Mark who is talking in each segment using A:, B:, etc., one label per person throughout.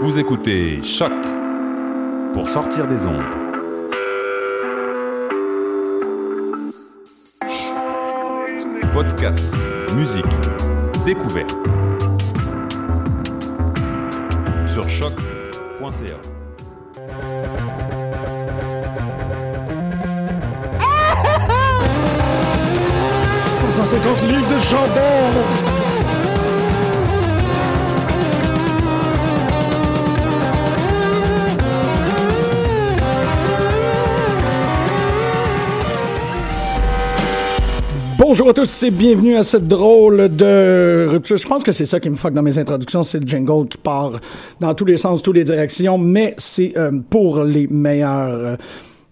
A: Vous écoutez Choc pour sortir des ondes. Podcast, musique, découverte. Sur choc.ca.
B: Bonjour à tous et bienvenue à cette drôle de rupture. Je pense que c'est ça qui me fuck dans mes introductions, c'est le jingle qui part dans tous les sens, toutes les directions, mais c'est euh, pour les meilleurs. euh,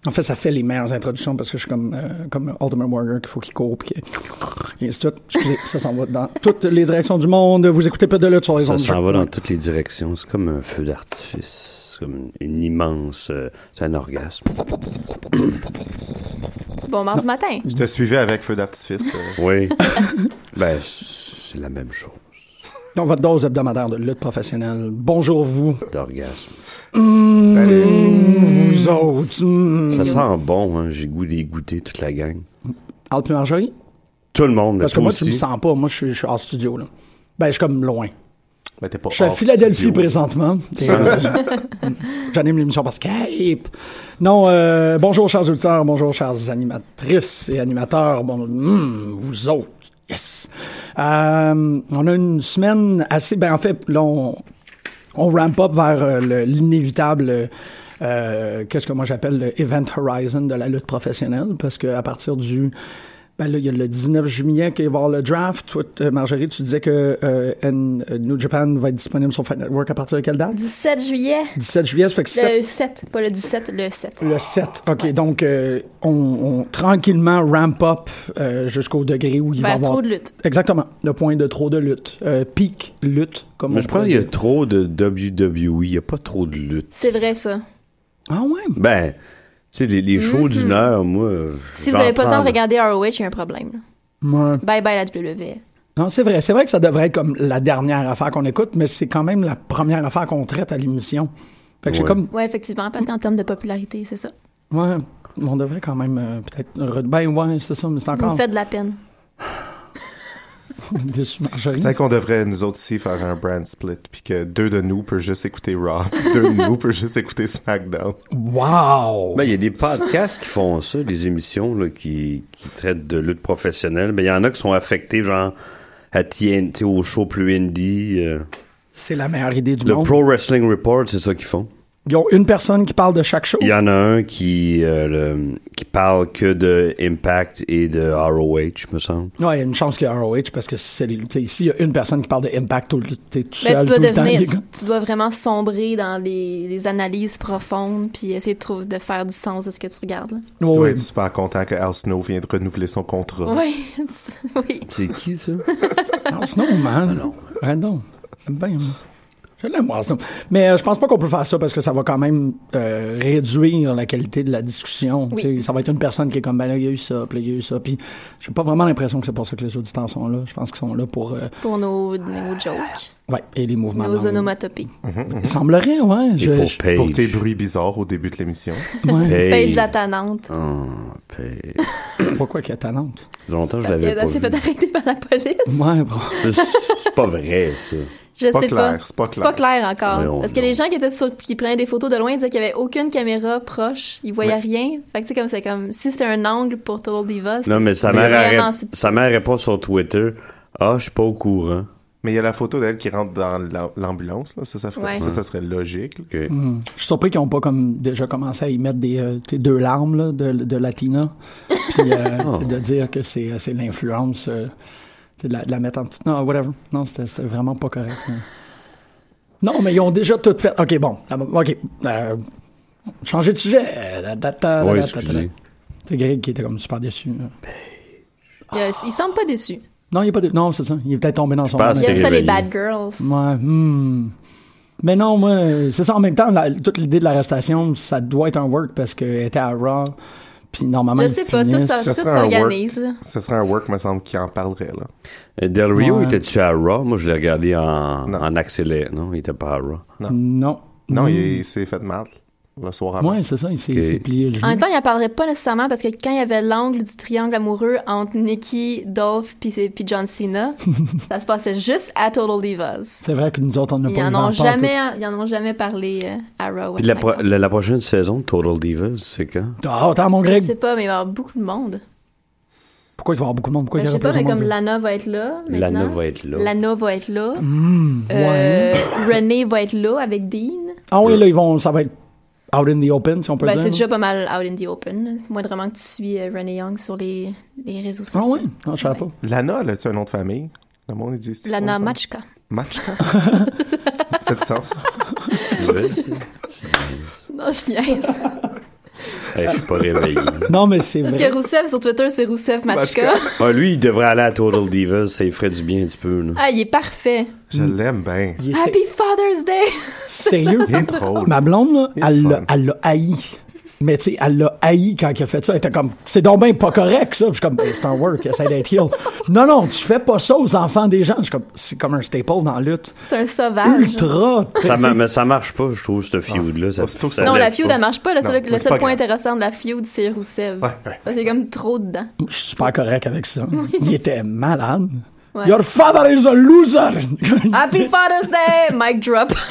B: en fait, ça fait les meilleures introductions parce que je suis comme, euh, comme Ultimate Warrior qu'il faut qu'il court puis qu'il- et ainsi de suite. Excusez, ça s'en va dans toutes les directions du monde. Vous écoutez pas de l'autre sur les
C: Ça
B: ondes.
C: s'en va
B: Ouais.
C: dans toutes les directions. C'est comme un feu d'artifice. C'est comme une, une immense. euh, c'est un orgasme.
D: Bon mardi matin.
E: Je te suivais avec feu d'artifice. euh.
C: Oui. ben, c'est la même chose.
B: Donc, votre dose hebdomadaire de lutte professionnelle. Bonjour vous,
C: D'orgasme.
B: vous autres.
C: Hmm.
B: Mm.
C: Ça sent bon, hein. J'ai goût d'y goûter toute la gang.
B: Alpe Marjorie?
C: Tout le monde, mais
B: Parce que
C: Ben, toi
B: moi, tu me
C: aussi.
B: sens pas. Moi, je suis- je suis en studio, là. Ben, je suis comme loin.
E: Mais Ben, t'es pas
B: Je suis à
E: hors
B: Philadelphie
E: studio.
B: présentement. Et, euh, J'anime l'émission par Skype. Non, euh, bonjour chers auditeurs, bonjour chers animatrices et animateurs. Bon, hmm, vous autres, yes. Euh, on a une semaine assez. Ben en fait, là, on, on ramp up vers euh, le- l'inévitable. euh, euh, Qu'est-ce que moi j'appelle le Event Horizon de la lutte professionnelle, parce que à partir du ben là, il y a le 19 juillet qui va y avoir le draft. Toi, t- euh, Marjorie, tu disais que euh, N- euh, New Japan va être disponible sur Fight Network à partir de quelle date?
D: 17 juillet.
B: 17 juillet, ça fait que sept-
D: Le 7, pas le 17, le 7.
B: le 7, ok. Donc, euh, on, on tranquillement ramp up euh, jusqu'au degré où il va y
D: Vers
B: avoir.
D: trop de lutte.
B: Exactement, le point de trop de lutte. Euh, peak lutte, comme
C: Mais
B: on
C: je pense
B: pourrait
C: qu'il y a
B: dire.
C: trop de WWE. Il n'y a pas trop de lutte.
D: C'est vrai, ça.
B: Ah ouais?
C: Ben, tu sais, les, les shows
B: Mm-hmm.
C: d'une heure, moi. euh,
D: Si vous
C: j'en
D: n'avez pas le temps
C: prends-
D: de regarder ROH, il y a un problème.
B: Ouais.
D: Bye bye la WWE.
B: Non, c'est vrai. C'est vrai que ça devrait être comme la dernière affaire qu'on écoute, mais c'est quand même la première affaire qu'on traite à l'émission. Fait que j'ai
C: Ouais.
B: comme.
D: Ouais, effectivement, parce qu'en termes de popularité, c'est ça.
B: Ouais, on devrait quand même euh, peut-être. re- Ben ouais, c'est ça, mais c'est
D: Vous me
B: encore.
D: faites de la peine.
B: Déçu, Marjorie.
E: Peut-être qu'on devrait, nous autres ici, faire un brand split, puis que deux de nous peuvent juste écouter Raw, puis deux de nous peuvent juste écouter SmackDown.
B: Wow!
C: Ben, il y a des podcasts qui font ça, des émissions là, qui, qui traitent de lutte professionnelle. Ben, il y en a qui sont affectés, genre, à TNT, au show plus indie. euh.
B: C'est la meilleure idée du
C: Le
B: monde.
C: Pro Wrestling Report, c'est ça qu'ils font.
B: Ils ont une personne qui parle de chaque chose.
C: Il y en a un qui, euh, le- qui parle que de Impact et de ROH, me semble.
B: Ouais, il y a une chance qu'il y a ROH parce que c'est, tu sais, ici, il y a une personne qui parle de Impact tout, le- tu sais, tout
D: Mais
B: seul,
D: tu dois
B: tout le temps,
D: Ben, devenir,
B: les gars.
D: tu, tu dois vraiment sombrer dans les, les analyses profondes, puis essayer de, trouver- de faire du sens de ce que tu regardes. là.
E: Tu
B: Ouais,
E: dois
B: ouais.
E: être super content que Al Snow vienne de renouveler son contrat.
D: Ouais, tu- oui.
C: C'est qui ça?
B: Non, c'est non, man. Arrête donc. J'aime Ben bien, moi. Je l'aime, Wasno. Mais euh, je pense pas qu'on peut faire ça parce que ça va quand même euh, réduire la qualité de la discussion.
D: Oui.
B: Tu sais, Ça va être une personne qui est comme, ben là, il y a eu ça, puis là, il y a eu ça. Puis j'ai pas vraiment l'impression que c'est pour ça que les auditeurs sont là. Je pense qu'ils sont là pour. euh,
D: pour nos, nos jokes,
B: ouais, et les mouvements. de
D: nos
B: langue.
D: onomatopées.
B: Il semblerait, ouais.
C: Et
B: je-
C: pour
B: je-
C: Paige.
E: Pour tes bruits bizarres au début de l'émission.
B: ouais.
C: Paige.
D: Page la tannante.
C: Oh, Paige.
B: Pourquoi qu'elle est tannante?
C: Longtemps, je
D: Parce
C: l'avais
D: qu'elle
C: pas vu.
D: s'est fait arrêter par la police.
B: Ouais, bon.
C: C'est pas vrai, ça.
D: Je
E: C'est pas
D: sais
E: clair, c'est pas
D: C'est pas clair encore.
C: Voyons
D: Parce que
C: donc.
D: les gens qui étaient sur, qui prenaient des photos de loin, ils disaient qu'il y avait aucune caméra proche, ils voyaient rien. Fait que c'est comme, c'est comme, si c'était un angle pour Total Divas.
C: Non, mais sa mère,
D: Mais vraiment
C: arrête-
D: subtil.
C: sa mère répond sur Twitter. Ah, je suis pas au courant.
E: Mais il y a la photo d'elle qui rentre dans la- l'ambulance, là. Ça, ça, ferait-
D: Ouais.
E: ça, ça serait logique. là.
C: Ok.
B: Je suis surpris qu'ils n'ont pas comme déjà commencé à y mettre des euh, tu sais, deux larmes là, de, de Latina, puis euh, tu sais,
C: Oh.
B: de dire que c'est euh, c'est l'influence, euh, tu sais, de, la, de la mettre en petite. Non, whatever. Non, c'était c'était vraiment pas correct. hein. Non, mais ils ont déjà tout fait. Ok, bon. La- Ok. euh, changer de sujet. Euh, la- la- la- la-
C: Ouais,
B: la-
C: excusez.
B: C'est Greg qui était comme super déçu. là.
D: Il, euh, il semble pas déçu.
B: Non, il est pas. dé- Non, c'est ça. Il est peut-être tombé dans son.
C: pense
B: âme.
D: Il aime
C: C'est
D: ça les
C: réveillé.
D: bad girls.
B: Ouais, hmm. Mais non, moi, euh, c'est ça. En même temps, la- toute l'idée de l'arrestation, ça doit être un work parce qu'elle était à Raw. Puis normalement,
D: Je
B: ils
D: sais pas, tout
B: punissent.
D: ça,
E: ça
D: tout
E: serait un work.
D: s'organise. là.
E: Ce serait un work, me semble, qui en parlerait, là.
C: Euh, Del Rio
B: Ouais.
C: était-tu à Raw? Moi, je l'ai regardé en,
E: Non.
C: en accéléré. Non, il était pas à Raw.
B: Non.
E: Non,
B: Hmm.
E: il, il s'est fait mal le soir avant.
B: Ouais, c'est ça, il s'est
C: Ok.
B: il s'est plié le genou.
D: En même temps, il en parlerait pas nécessairement parce que quand il y avait l'angle du triangle amoureux entre Nikki, Dolph puis puis John Cena, ça se passait juste à Total Divas.
B: C'est vrai que nous autres, on n'a
D: Ils
B: pas eu
D: en
B: vent
D: ont
B: partout.
D: jamais, ils en ont jamais parlé euh, à Raw.
C: Puis la, pro-
D: SmackDown.
C: la, la prochaine saison, de Total Divas, c'est quand?
B: Ah, attends, mon
D: Je
B: Greg.
D: sais pas, mais il va y avoir beaucoup de monde.
B: Pourquoi il va y avoir beaucoup de monde? Pourquoi
D: Ben,
B: il
D: je
B: y
D: sais
B: aurait
D: pas, mais
B: de
D: comme
B: monde?
D: Lana va être là.
C: Lana
D: maintenant.
C: va être là.
D: Lana va être là.
B: Hmm, ouais.
D: Euh, Renee va être là avec Dean.
B: Ah
E: Euh.
B: oui, là, ils vont, ça va être out in the open, si on peut
D: Ben,
B: dire.
D: c'est
B: là.
D: déjà pas mal out in the open. Moindrement que tu suis euh, Renee Young sur les, les réseaux
B: Ah
D: sociaux.
B: oui, Ah, je savais
D: Ben,
B: pas.
E: Lana, elle a-tu un nom de famille? Le monde, ils disent...
D: Lana Machka.
E: Matchka. Ça fait du sens.
D: Non, je niaise.
C: Hey, je suis pas réveillé.
B: Non, mais c'est
D: Parce
B: vrai.
D: que Rousseff sur Twitter, c'est Rousseff Machka.
C: Ah, lui, il devrait aller à Total Divas. Ça lui ferait du bien un petit peu. là.
D: Ah, il est parfait.
E: Je l'aime bien.
B: Il était
D: Happy Father's Day!
B: sérieux.
E: Il est drôle.
B: Ma blonde, là,
E: Il est
B: elle l'a-
E: fun.
B: elle l'a haï. Mais tu sais, elle l'a haï quand il a fait ça. Elle était comme, c'est donc ben pas correct, ça. Je suis comme, Ben, c'est un work, essaie d'être heal. Non, non, tu fais pas ça aux enfants des gens. Je suis comme, c'est comme un staple dans la lutte.
D: C'est un sauvage.
B: Ultra.
C: Ça, ma- mais ça marche pas, je trouve, ce feud-là. Ça,
E: aussitôt que
C: ça
E: ça-
D: Non,
C: lève
D: la feud,
C: pas.
D: elle marche pas. Le
E: Non,
D: seul, le
E: mais c'est
D: seul
E: pas
D: point
E: grave.
D: intéressant de la feud, c'est Rousseff.
E: Ouais, ouais.
D: C'est comme trop dedans.
B: Je suis super correct avec ça. Il était malade.
D: Ouais. Ah.
B: Your father is a loser!
D: Happy Father's Day! Mic drop.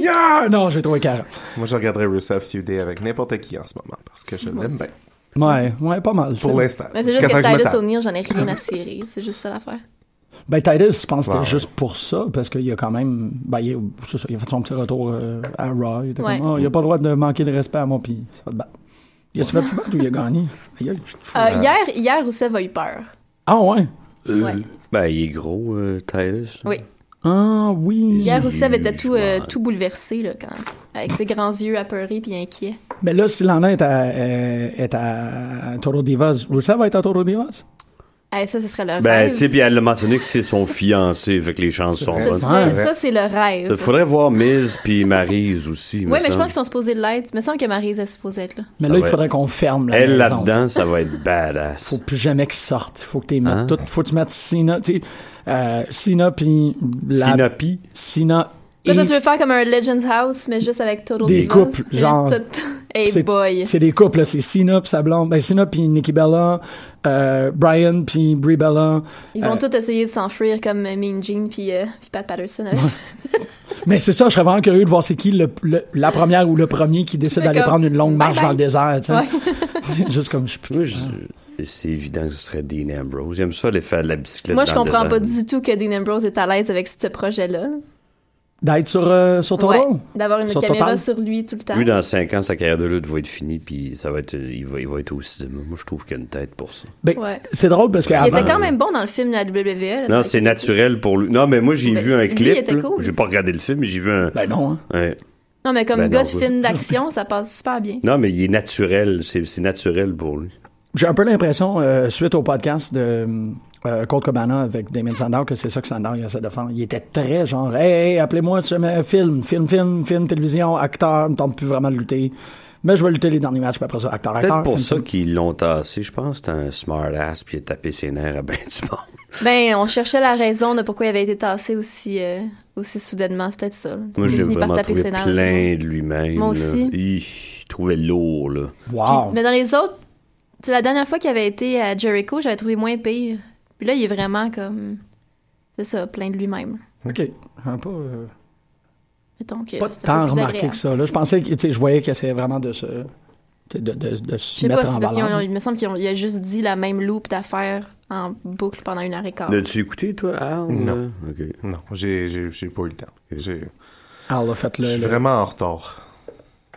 B: Yeah! Non, j'ai trouvé carré.
E: Moi, je regarderais Rusev feudé avec n'importe qui en ce moment parce que je l'aime bien.
B: Ouais, ouais, pas mal.
E: Pour l'instant.
D: Mais c'est juste
E: Jusqu'à
D: que
E: temps je me
D: Titus
E: tape.
D: O'Neill, j'en ai rien à cirer. C'est juste ça l'affaire.
B: Ben, Titus, je pense que
E: Ouais,
B: c'était
E: ouais.
B: juste pour ça, parce qu'il a quand même. Ben, il, a- c'est ça, il a fait son petit retour euh, à Raw. Il était
D: Ouais.
B: comme, oh, il a pas le droit de manquer de respect à moi, puis ça va te battre. Il a-tu fait te battre ou il a gagné? Aïe, aïe, je suis fou.
D: Euh, hier, hier, Rousseff a eu peur.
B: Ah, ouais.
C: Euh,
D: Ouais.
C: Ben, il est gros, euh, Titus.
D: Oui.
B: Ah, oui.
D: Hier, Rousseff était tout,
C: Ouais.
D: euh, tout bouleversé, là, quand, avec ses grands yeux apeurés puis inquiets.
B: Mais là, si Lana est à, euh, est à Toro Divas, Rousseff va être à Toro Divas?
D: Eh, ça, ce serait le
C: Ben,
D: rêve.
C: tu sais, puis elle a mentionné que c'est son fiancé, fait que les chances sont
D: Ce
C: bonnes.
D: serait-
B: Ouais.
D: ça, c'est le rêve.
C: Il faudrait voir Miz puis Maryse aussi.
D: Oui, mais je
C: semble.
D: pense qu'ils sont supposés de l'être. Il me semble que Maryse est supposée être là.
B: Mais
C: Ça
B: là, il
C: va
B: faudrait qu'on ferme la
C: Elle
B: maison.
C: là-dedans, ça va être badass.
B: Faut plus jamais qu'ils sortent. Faut que tu mettes
C: Hein?
B: tout. Faut que tu mettes Sina, tu sais, euh, Sina puis la-
C: Sinapi,
B: Sina
D: Ça,
B: et-
D: toi, tu veux faire comme un Legends House, mais juste avec Total
B: Des
D: Divas.
B: couples,
D: Mais
B: genre-
D: tout- Hey
B: C'est-
D: boy.
B: C'est des couples, là. C'est Sina pis sa blonde. Ben, Sina pis Nikki Bella, euh, Brian pis Brie Bella.
D: Ils vont
B: Euh,
D: tous essayer de s'enfuir comme euh, Mean Jean puis, euh, puis Pat Patterson. avec-
B: Mais c'est ça, je serais vraiment curieux de voir c'est qui le, le- la première ou le premier qui décide
D: fais
B: d'aller
D: comme,
B: prendre une longue
D: bye
B: marche
D: bye.
B: dans le désert, tu sais.
D: Ouais.
B: Juste comme je suis plus.
C: Moi, je- Ah. c'est évident que ce serait Dean Ambrose. J'aime ça aller faire de la bicyclette.
D: Moi, je
C: dans le
D: comprends pas
C: désert.
D: du tout que Dean Ambrose est à l'aise avec ce projet-là.
B: D'être sur, euh, sur ton
D: Ouais.
B: rôle.
D: D'avoir une
B: Sur
D: caméra
B: Total.
D: sur lui tout le temps.
C: Lui, dans 5 ans, sa carrière de lutte va être finie, puis ça va être, il, va, il va être au cinéma. Moi, je trouve qu'il a une tête pour ça.
B: Ben,
D: Ouais.
B: c'est drôle parce
D: Il était
B: qu'avant.
D: quand même bon dans le film de la WWE. là,
C: Non,
D: donc-
C: c'est naturel pour lui. Non, mais moi, j'ai
D: Mais
C: vu un
D: Ben, lui, il
C: clip.
D: était
C: là.
D: cool.
C: J'ai pas regardé le film, mais j'ai vu un.
B: Ben non, hein.
C: un-
D: Non, mais comme
C: Ben
D: gars
C: non,
D: de
C: oui.
D: film d'action, ça passe super bien.
C: Non, mais il est naturel. C'est c'est naturel pour lui.
B: J'ai un peu l'impression, euh, suite au podcast de, euh, Colt Cabana avec Damien Sandow que c'est ça que Sandow il essaie de faire. Il était très genre, hey, hey, appelez-moi, tu sais, film, film, film, film, télévision, acteur, ne tente plus vraiment de lutter. Mais je vais lutter les derniers matchs, puis après ça, acteur, acteur.
C: Peut-être pour
B: film,
C: ça
B: film.
C: qu'ils l'ont tassé. Je pense que c'était un smart ass puis il a tapé ses nerfs à ben du monde.
D: Ben, on cherchait la raison de pourquoi il avait été tassé aussi, euh, aussi soudainement. C'est peut-être ça. là.
C: Moi,
D: Il
C: j'ai
D: finit par
C: vraiment
D: taper
C: trouvé
D: ses nerfs, tout le
C: plein
D: monde.
C: de lui-même.
D: Moi
C: là.
D: aussi.
C: Hi, Il trouvait lourd, là.
B: Wow.
D: Puis- mais dans les autres, c'est la dernière fois qu'il avait été à Jericho, j'avais trouvé moins pire. Puis là, il est vraiment comme. C'est ça, plein de lui-même.
B: OK. Hein, pas, euh,
D: Mettons que.
B: pas
D: c'est
B: tant
D: un peu hein. plus
B: remarqué
D: agréable.
B: que ça. Là, je pensais que, tu sais, je voyais qu'il essayait vraiment de se, tu sais, de, de, de
D: Je
B: se
D: sais pas,
B: mettre
D: c'est
B: en
D: parce
B: valeur.
D: qu'il me semble qu'il a juste dit la même loupe d'affaires en boucle pendant une heure et quart.
C: L'as-tu écouté, toi, Al?
E: Non.
C: Euh, OK.
E: Non, j'ai, j'ai, j'ai pas eu le temps. J'ai-
B: Ah, là, faites-le.
E: je suis
B: là.
E: vraiment en retard.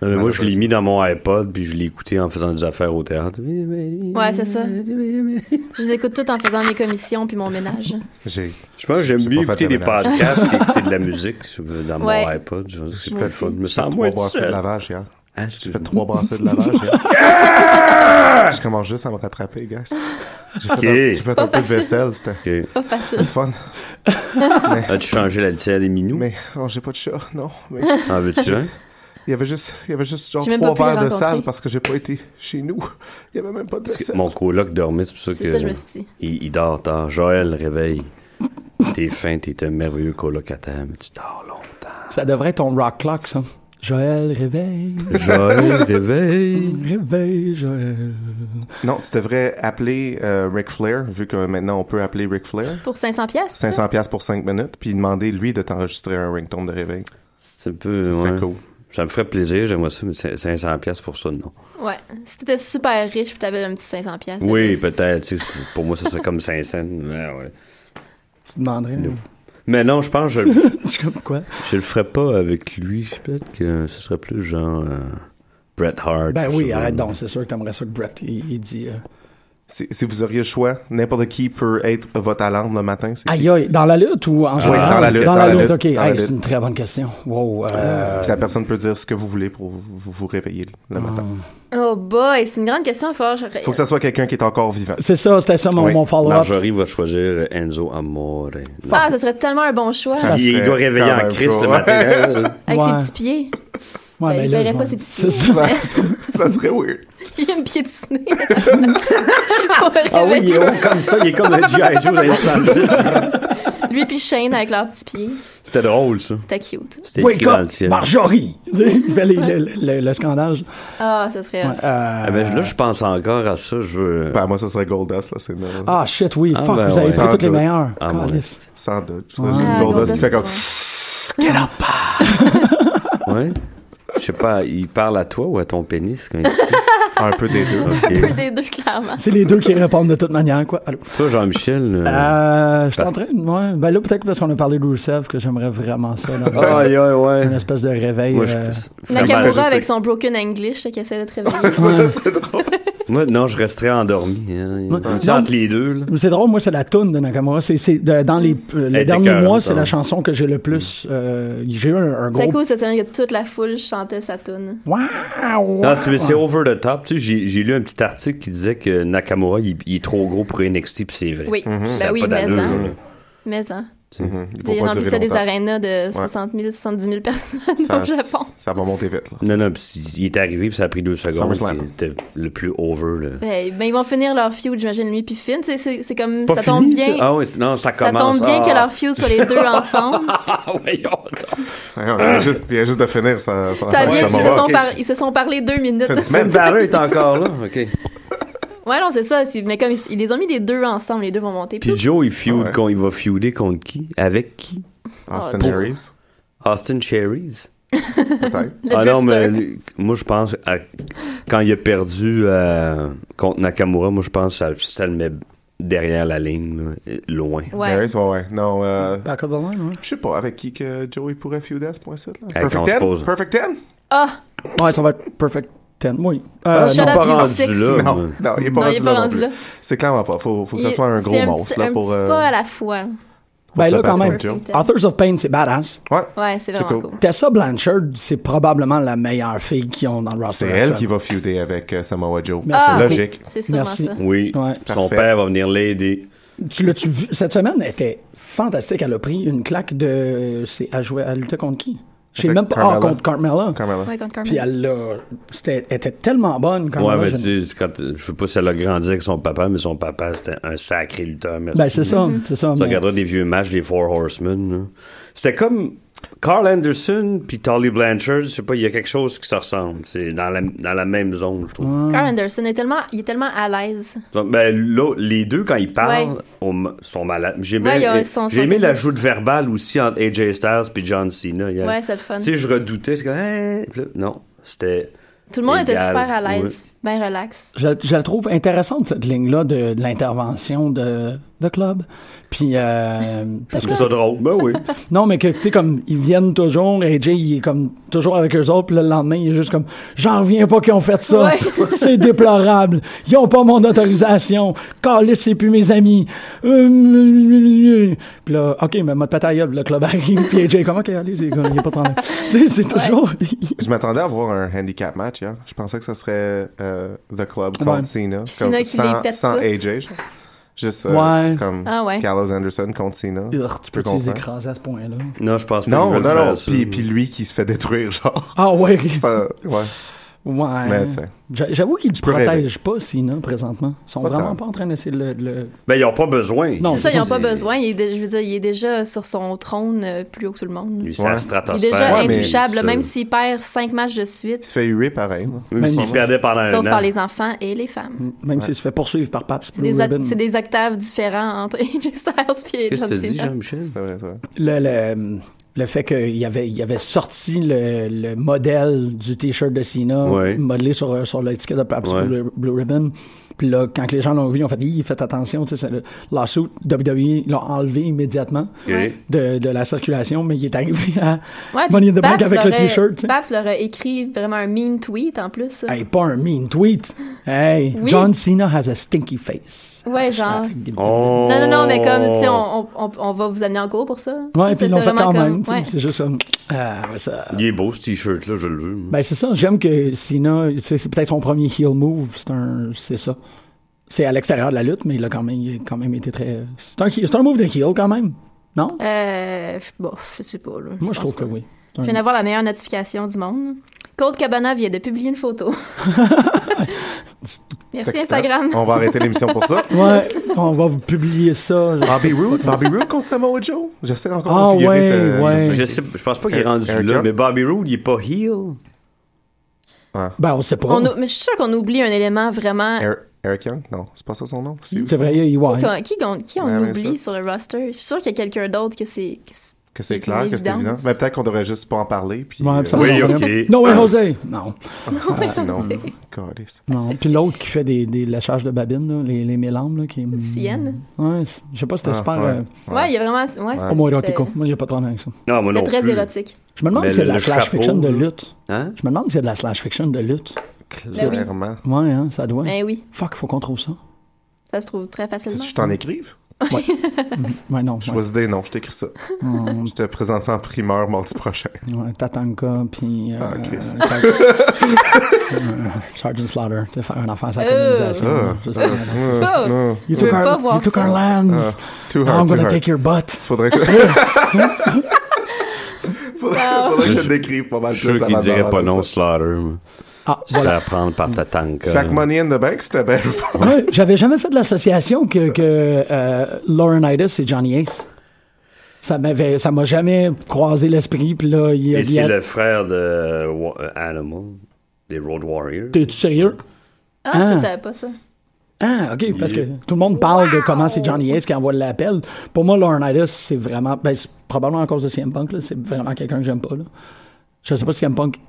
C: Non, mais moi, je l'ai
E: Malheureusement.
C: mis dans mon iPod, puis je l'ai écouté en faisant des affaires au théâtre. Ouais,
D: c'est ça.
C: Je
D: Je les écoute toutes en faisant mes commissions puis mon ménage.
E: J'ai,
C: pense que j'aime
E: J'ai
C: mieux
E: pas fait
C: écouter
E: un
C: des
E: ménage.
C: podcasts qu'écouter de la musique sur- dans mon
D: Ouais.
C: iPod. Je pense que c'est
D: Moi
C: plus le
D: aussi.
C: fun. Je me
E: j'ai
C: sens
E: trois
C: moins
E: brassées de
C: seul.
E: lavage hier.
C: Ah,
E: J'ai
C: excuse-moi.
E: fait trois brassées de lavage hier. je commence juste à me rattraper, guys. J'ai fait,
C: Ok.
E: un, j'ai fait un peu de
D: facile.
E: vaisselle, c'était
C: Ok.
D: Pas facile.
E: fun.
C: As-tu changé la litière des minous?
E: Mais oh, j'ai pas de chat, non. Mais
C: En veux-tu un?
E: il y avait juste, il y avait juste genre
D: J'ai même pas
E: trois
D: pu les
E: verres de
D: rencontrer.
E: salle parce que j'ai pas été chez nous. Il y avait même pas de
C: Parce que
E: vaisselle.
C: mon coloc dormait, c'est pour ça que...
D: C'est ça, je me suis dit.
C: Il, il dort tard. Joël réveille. T'es fin, t'es un merveilleux colocataire, mais tu dors longtemps.
B: Ça devrait être ton rock clock, ça. Joël, réveille.
C: Joël réveille.
B: Réveille, Joël.
E: Non, tu devrais appeler euh, Ric Flair, vu que maintenant on peut appeler Ric Flair.
D: Pour 500 pièces
E: 500 pièces pour 5 minutes, puis demander lui de t'enregistrer un ringtone de réveil.
C: C'est un peu...
E: Ça serait
C: ouais.
E: cool.
C: Ça me ferait plaisir, j'aimerais ça, mais cin- 500$ piastres pour ça, non.
D: Ouais. Si t'étais super riche puis t'avais un petit 500 pièces
C: Oui, peut-être. tu sais, c'est- Pour moi, ça serait comme 500. Ouais, ouais.
B: Tu demanderais.
C: Non. Mais non, je pense que je,
B: Je suis comme quoi?
C: je le ferais pas avec lui. Peut-être que ce serait plus genre euh, Bret Hart.
B: Ben
C: tout
B: oui,
C: ça,
B: arrête
C: là.
B: donc. C'est sûr que t'aimerais ça que Brett, il, il dit. euh,
E: Si, si vous auriez le choix, n'importe qui peut être votre alarme le matin. c'est qui?
B: Aïe, aïe, dans la lutte ou en général?
E: dans la lutte,
B: Dans
E: dans
B: la
E: la
B: lutte, ok.
E: lutte, dans la
B: Hey, c'est
E: lutte.
B: une très bonne question. Wow. euh, Ah.
E: Puis la personne peut dire ce que vous voulez pour vous, vous- vous réveiller le matin.
D: Oh boy, c'est une grande question à faire.
E: Faut que ça soit quelqu'un qui est encore vivant.
B: C'est ça, c'était ça mon,
E: Oui,
B: mon follow-up.
C: Marjorie va choisir Enzo Amore. Non.
D: Ah, ça serait tellement un bon choix.
E: Ça-
C: il, il doit réveiller
E: quand
C: en
E: même
C: Christ
E: chaud.
C: le matin. hein.
D: Avec
B: Ouais.
D: ses petits pieds.
B: Ouais,
D: Ben,
B: mais
D: je
B: là,
D: verrais pas
B: ouais,
D: ses petits
B: c'est
D: pieds.
B: ça.
E: ça, ça serait weird.
D: Il vient me piétiner. Pour
C: Ah oui,
D: le
C: il
D: réveiller.
C: est haut comme ça, il est comme le G.I. Joe dans les 70.
D: Lui puis Shane avec leurs petits pieds.
C: hein. C'était drôle, ça.
D: C'était cute.
C: C'était
B: Wake
C: écrit dans le
B: up,
C: ciel.
B: Marjorie! Il fait les- le, le- le scandale.
D: Ah, ça serait.
B: Ouais, euh,
C: Ah, ben, là, je pense encore à ça. Je veux.
E: Ben, moi, ça serait Goldust, là, c'est normal.
B: Ah, shit, oui,
C: Ah,
B: fuck,
C: ben
B: vous avez pris
C: ouais.
E: Sans
B: toutes les
E: doute.
B: meilleures.
C: Ah, mon
B: Calisse.
E: Sans doute. C'est
B: Ouais.
E: juste
D: Ah,
E: Goldust qui fait comme...
D: Goldust,
C: Ouais. Je sais pas, il parle à toi ou à ton pénis quand il dit ça?
E: Un peu des deux. Mhm.
C: Ok.
D: Un des deux, clairement.
B: C'est les deux qui répondent de toute manière, quoi. Allô?
C: Toi, Jean-Michel. euh,
B: Euh, je suis
C: Parfait.
B: en train de. ouais, ben là, peut-être parce qu'on a parlé de Rusev que j'aimerais vraiment ça. dans-
C: Aïe, aïe, ouais.
B: Une espèce de réveil.
C: Ah. Moi, je,
B: euh,
C: vraiment,
D: Nakamura
E: juste
D: avec
E: un-
D: son broken English là, qui essaie d'être réveillé.
C: moi, non, je resterais endormi. hein.
B: Ouais.
C: Tu sais,
B: Non.
C: entre les deux, là.
B: Mais C'est drôle, moi, c'est la toune de Nakamura. C'est, c'est de- dans les, euh, les
C: était
B: derniers
C: écœurante,
B: mois, c'est
C: hein.
B: la chanson que j'ai le plus. euh, j'ai eu un, un
D: C'est
B: gros.
D: cool cette semaine que toute la foule chantait sa tune.
B: Waouh!
C: Non, c'est c'est over the top. Tu sais, j'ai- j'ai lu un petit article qui disait que Nakamura, il, il est trop gros pour NXT, puis c'est vrai.
D: Oui,
C: Ça
D: ben
C: a
D: oui,
C: pas
D: mais
C: d'allure,
D: en.
C: là.
D: Mais hein. en.
E: Mhm. Il
D: Il
E: faut pas
D: remplissait
E: durer
D: des
E: longtemps.
D: arénas de 60 000, 70 000 personnes au
E: Ça,
D: Japon.
E: ça va monter vite, là.
C: Non, non, puis il est arrivé, puis ça a pris deux secondes.
E: SummerSlam.
C: puis C'était le plus over. Là.
D: Ben, ben, ils vont finir leur feud, j'imagine, lui puis Finn. Tu sais, C'est c'est comme,
C: Pas
D: ça tombe
C: fini,
D: bien.
C: ça? Ah oui, c'est- non, ça
D: Ça
C: commence.
D: tombe bien
C: ah.
D: que leur feud soit les deux ensemble.
C: Ah, voyons donc.
E: Ouais, on vient juste, il vient juste de finir sa, sa,
D: Ça
E: sa-
D: vient
E: sa
D: qu'ils
E: moral.
D: se, sont
C: ok.
D: par- ils se sont parlé deux minutes.
E: Fait du
C: Finn
E: Même-
C: Balor est encore là. OK.
D: ouais, non, c'est ça. c'est- Mais comme ils, ils les ont mis les deux ensemble, les deux vont monter.
C: Puis Joe, il, feud,
E: Ouais.
C: con- il va feuder contre qui Avec qui
E: Austin
D: Ah,
E: Harris,
C: Austin Cherries
E: peut-être.
D: Le hein?
C: ah non, mais
D: drifter.
C: lui- moi, je pense, à- quand il a perdu euh, contre Nakamura, moi, je pense que ça, ça le met derrière la ligne, là, loin.
D: Ouais.
E: Harris, ouais, ouais. Non, euh,
B: Back of the line, ouais.
E: je sais pas avec qui que Joey pourrait feuder à ce point-ci, là.
C: Hey, qu'on
E: Perfect
C: se
E: 10?
C: pose.
E: Perfect 10?
D: Ah,
B: Ouais, ça va être Perfect 10. Oui. Euh,
D: Shut
B: non.
D: up,
C: pas
D: you
C: rendu
D: six.
C: là.
E: Non,
C: Ouais.
E: non, il est pas
D: Non, il
E: rendu
D: est
E: là
D: pas
E: non
D: rendu
E: plus.
D: là.
E: C'est clairement pas. Faut, faut que ça
D: Il-
E: soit un gros
D: c'est
E: monstre,
D: petit-
E: là,
D: un
E: pour...
D: petit
E: euh,
D: pas à la fois.
B: Ben
E: se
B: là,
E: battre
B: quand même.
E: contre Joe.
B: Authors of Pain, c'est badass.
E: Ouais.
D: Ouais, c'est vraiment
E: C'est
D: cool.
E: cool.
B: Tessa Blanchard, c'est probablement la meilleure fille qu'ils ont dans le roster.
E: C'est elle
B: actuel.
E: qui va feuder avec euh, Samoa Joe.
B: Merci
E: C'est
D: Ah,
B: beaucoup.
E: logique.
D: C'est sûrement
B: Merci.
D: ça.
C: Oui.
B: Ouais.
C: Son
E: Parfait.
C: père va venir l'aider.
B: Tu l'as-tu vu? Cette semaine, elle était fantastique. Elle a pris une claque de. C'est à jouer à lutter contre qui? Je sais
E: Avec
B: même pas. Ah,
E: Carmella.
B: contre Carmella.
E: Carmella.
D: Ouais, contre Carmen.
B: Puis elle l'a. C'était, elle était tellement bonne, Carmella.
C: Ouais, mais
B: je-
C: tu sais, c'est quand, je sais pas si elle a grandi avec son papa, mais son papa, c'était un sacré lutteur. Merci.
B: Ben, c'est ça, c'est ça.
C: Tu
B: mais-
C: regarderas des vieux matchs des Four Horsemen. là. C'était comme Carl Anderson puis Tolly Blanchard. Je sais pas, il y a quelque chose qui se ressemble. C'est dans la, dans la même zone, je trouve.
D: Carl Anderson est tellement, il est tellement à l'aise.
C: Donc, ben, là, les deux, quand ils parlent,
D: Ouais.
C: on m- sont malades. J'ai
D: Ouais,
C: aimé,
D: ils ont- sont-
C: j'ai
D: sont
C: aimé la
D: tous-
C: joute verbale aussi entre AJ Styles puis John Cena. Il y a-
D: Ouais, c'est le fun.
C: Tu sais, je redoutais. C'est comme, Hey, puis là, non, c'était.
D: Tout le monde était
C: égal,
D: super à l'aise, bien relax.
B: Je, je la trouve intéressante, cette ligne-là de, de l'intervention de, de club. Puis, euh,
C: Je trouve ça drôle. Ben oui.
B: non, mais que, tu sais, comme, ils viennent toujours, AJ, il est comme toujours avec eux autres, puis le lendemain, il est juste comme, j'en reviens pas qu'ils ont fait ça.
D: Ouais.
B: C'est déplorable. Ils ont pas mon autorisation. Calais, c'est plus mes amis. Euh, puis là, OK, mais mode pataille, le club arrive, puis AJ est comme, OK, allez, c'est gars, il y a pas de problème. tu sais, c'est toujours,
E: Je m'attendais à voir un handicap match hier. Je pensais que ce serait euh, The Club
B: Ouais.
E: contre Cena.
D: Cena
E: comme
D: qui les
E: sans,
D: pète
E: sans
D: toutes.
E: AJ. genre. Juste euh,
B: Ouais.
E: comme
D: Ah ouais.
E: Carlos Anderson contre Cena.
B: Urgh, tu peux les
E: comprendre.
B: écraser à ce point-là.
C: Non, je pense pas.
E: Non,
C: que je
E: non,
C: vais le faire,
E: non.
C: ça.
E: Puis, puis lui qui se fait détruire, genre.
B: Ah ouais.
E: Enfin, ouais.
B: Ouais.
E: Mais, tu sais.
B: J'a- J'avoue qu'ils ne
E: peux
B: protègent pas Sina présentement. Ils sont
E: Pas
B: vraiment
E: tant.
B: pas en train d'essayer de le. de le-
C: Ben, ils ont pas besoin.
B: Non,
D: C'est ça,
B: c'est
D: ils n'ont
B: ça.
D: pas besoin. Il est, dé- je veux dire, il est déjà sur son trône euh, plus haut que tout le monde.
C: Lui, c'est la
E: Ouais.
C: stratosphère.
D: Il est déjà
E: Ouais, mais-
D: intouchable,
C: Ça.
D: même s'il perd cinq matchs de
E: Il
D: suite,
E: se fait huer pareil. hein. là.
C: Même s'il perdait pendant
D: sauf
C: un
D: par
C: an.
D: les enfants et les femmes.
B: Même s'il se fait poursuivre par Paps
D: C'est
B: Blue
D: des,
B: Ribbon.
D: oct- c'est des octaves différents entre AJ Styles et
C: Qu'est-ce
D: John
C: que tu dis,
D: Cena.
C: Jean-Michel?
E: C'est vrai, c'est vrai.
B: Le, le, le fait qu'il avait, il avait sorti le, le modèle du T-shirt de Sina,
C: Ouais.
B: modelé sur, euh, sur l'étiquette de Paps
C: Ouais.
B: Blue, Blue Ribbon. Puis là, quand les gens l'ont vu, ils ont fait Hi, faites attention, tu sais, c'est le lawsuit, WWE E l'a enlevé immédiatement
C: Ok.
B: de, de la circulation, mais il est arrivé à
D: Ouais,
B: Money in the
D: puis
B: Bank
D: Babs
B: avec le
D: l'aurait-
B: T-shirt. tu sais.
D: Babs leur a écrit vraiment un mean tweet en plus.
B: Hey, pas un mean tweet. Hey,
D: Oui.
B: John Cena has a stinky face. Ah,
D: Ouais, genre.
C: Oh.
D: Non, non, non, mais comme, tu sais, on, on, on va vous amener en cours pour ça.
B: Ouais, puis
D: C'était
B: ils l'ont fait
D: vraiment
B: quand
D: comme-
B: même. tu sais,
D: ouais.
B: C'est juste ça. Ah, ouais, ça.
C: Il est beau, ce t-shirt-là, je le veux. moi.
B: Ben, c'est ça. J'aime que Cena, c'est c'est peut-être son premier heel move. C'est un, c'est ça. C'est à l'extérieur de la lutte, mais il a quand même, il a quand même été très. C'est un, heel- c'est un move de heel quand même. Non?
D: Euh, bon, je sais pas, là.
B: Moi, je
D: pense
B: trouve que
D: pas.
B: oui. C'est
D: Je
B: un-
D: viens d'avoir la meilleure notification du monde. Cold Cabana vient de publier une photo. Merci
E: Excitant.
D: Instagram.
E: On va arrêter l'émission pour ça.
B: Ouais, on va vous publier ça. là.
E: Bobby Roode, Bobby Roode contre Samoa Joe. J'essaie encore
B: Ah,
E: de figurer
B: ouais,
E: ce- ce
B: ouais.
E: spectacle.
C: Je, sais, je pense pas qu'il est
E: Eric-
C: rendu
E: Eric
C: là,
E: Young?
C: mais Bobby Roode, il est pas heel.
B: Ben, on sait pas.
D: On ou- Mais je suis sûre qu'on oublie un élément vraiment.
E: Er- Eric Young? Non, c'est pas ça son nom. C'est où
B: C'est
E: ça?
B: vrai, il y a EY.
D: Qui, qu'on- qui qu'on- qui on
E: Ouais, ouais,
D: oublie sur le roster? Je suis sûre qu'il y a quelqu'un d'autre que c'est. que c'est-
E: Que c'est
D: C'est
E: clair,
D: une
E: que c'est évident.
D: évidence.
E: Mais peut-être qu'on devrait juste pas en parler. Puis,
B: Ouais,
E: euh,
B: absolument.
C: Oui,
B: On
C: ok.
B: connaît- No way, Jose! Non.
E: ah, sinon,
D: c'est-
E: calisse.
B: Non. Puis l'autre qui fait des, des léchages de babines, là, les, les mélambres, là, qui est.
D: Sienne?
B: Ouais, c'est- je sais pas, c'était
E: Ah,
B: super.
E: ouais.
B: euh,
D: Hmm. Ouais, il y a vraiment. Ouais,
B: Pour moi, érotico.
D: c'était-
B: Moi, j'ai pas de problème avec ça.
C: Non, moi non
D: C'est très
C: plus.
D: érotique.
B: Je me demande
C: Mais
B: si c'est de
C: le-
B: la
C: le
B: slash
C: chapeau,
B: fiction de
C: là.
B: lutte.
C: Hein?
B: Je me demande si c'est de la slash fiction de lutte.
E: Clairement.
B: Ouais, hein, ça doit.
D: Ben oui,
B: Fuck, faut qu'on trouve ça.
D: ça se trouve très
E: Tu
D: facilement.
E: veux que je t'en écrive?
B: Ouais, non.
E: Je
B: Ouais. Hmm.
E: choisis des noms, je t'écris ça. Je te présente ça en primeur mardi prochain.
B: Ouais, Tatanka, puis. Euh,
E: Ah, Chris.
B: euh, Sar- euh, Sergeant Slaughter, tu sais, faire un enfant à sa
D: Euh.
B: colonisation.
E: Ah, Ah.
B: c'est ça.
D: Ça,
B: You
D: je
B: took
D: veux pas
B: our,
D: voir
B: you took
D: ça.
B: our lands.
E: Too
B: Now I'm
E: hard, too
B: gonna
E: hard.
B: take your butt.
E: Faudrait que... faudrait, faudrait que je
C: Je-
E: te décrive pas mal
C: Je suis sûr
E: plus
C: qu'il
E: avant
C: dirait
E: de
C: pas
E: ça.
C: non, Slaughter. moi.
B: Ah,
C: Se
B: voilà.
C: faire prendre par ta tank. hein.
E: Fait que Money in the Bank, c'était belle.
B: Ouais, J'avais jamais fait de l'association que, que euh, Laurinaitis et Johnny Ace. Ça m'avait, ça m'a jamais croisé l'esprit, puis là, il a
C: Et
B: dit.
C: c'est le frère de euh, Wa- euh, Animal, des Road Warriors.
B: T'es-tu sérieux?
D: Ah, je
B: Ah.
D: savais pas ça.
B: Ah, OK, parce que tout le monde parle de comment c'est Johnny Hayes qui envoie l'appel. Pour moi, Laurinaitis, c'est vraiment... Ben, c'est probablement à cause de CM Punk, là. C'est vraiment quelqu'un que j'aime pas, là. Je sais pas si CM Punk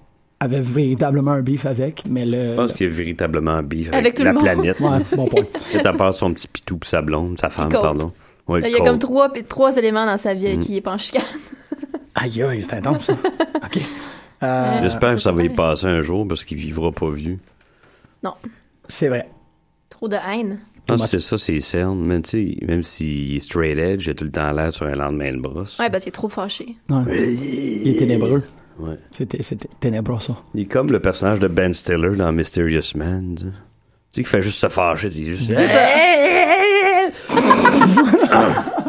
B: avait véritablement un beef avec, mais le...
C: Je pense qu'il est véritablement bif avec,
D: Avec tout
C: la
D: le monde.
C: planète.
B: Ouais, bon point.
C: Peut-être à part son petit pitou pis sa blonde, sa femme,
D: Colt.
C: pardon. Ouais,
D: Là, il y a
C: Colt.
D: comme trois, trois éléments dans sa
C: Hmm.
D: vie qui est pas en chicane.
B: Aïe, aïe, c'est intense, ça. OK.
C: J'espère que ça va y
D: Ouais.
C: passer un jour parce qu'il vivra pas vieux.
D: Non,
B: C'est vrai.
D: trop de haine.
C: Non,
B: Thomas.
C: c'est ça, c'est cerne. Même, tu sais, même s'il est straight edge, il a tout le temps l'air sur un lendemain de brosse.
D: Ouais, parce qu'il est trop fâché.
B: Ouais. Il est ténébreux.
C: Ouais.
B: C'était, c'était ténébreux, ça.
C: Il est comme le personnage de Ben Stiller dans Eh, Mysterious Man. Tu sais, Tu sais, qu'il fait juste se fâcher. tu sais, juste...
D: C'est ça.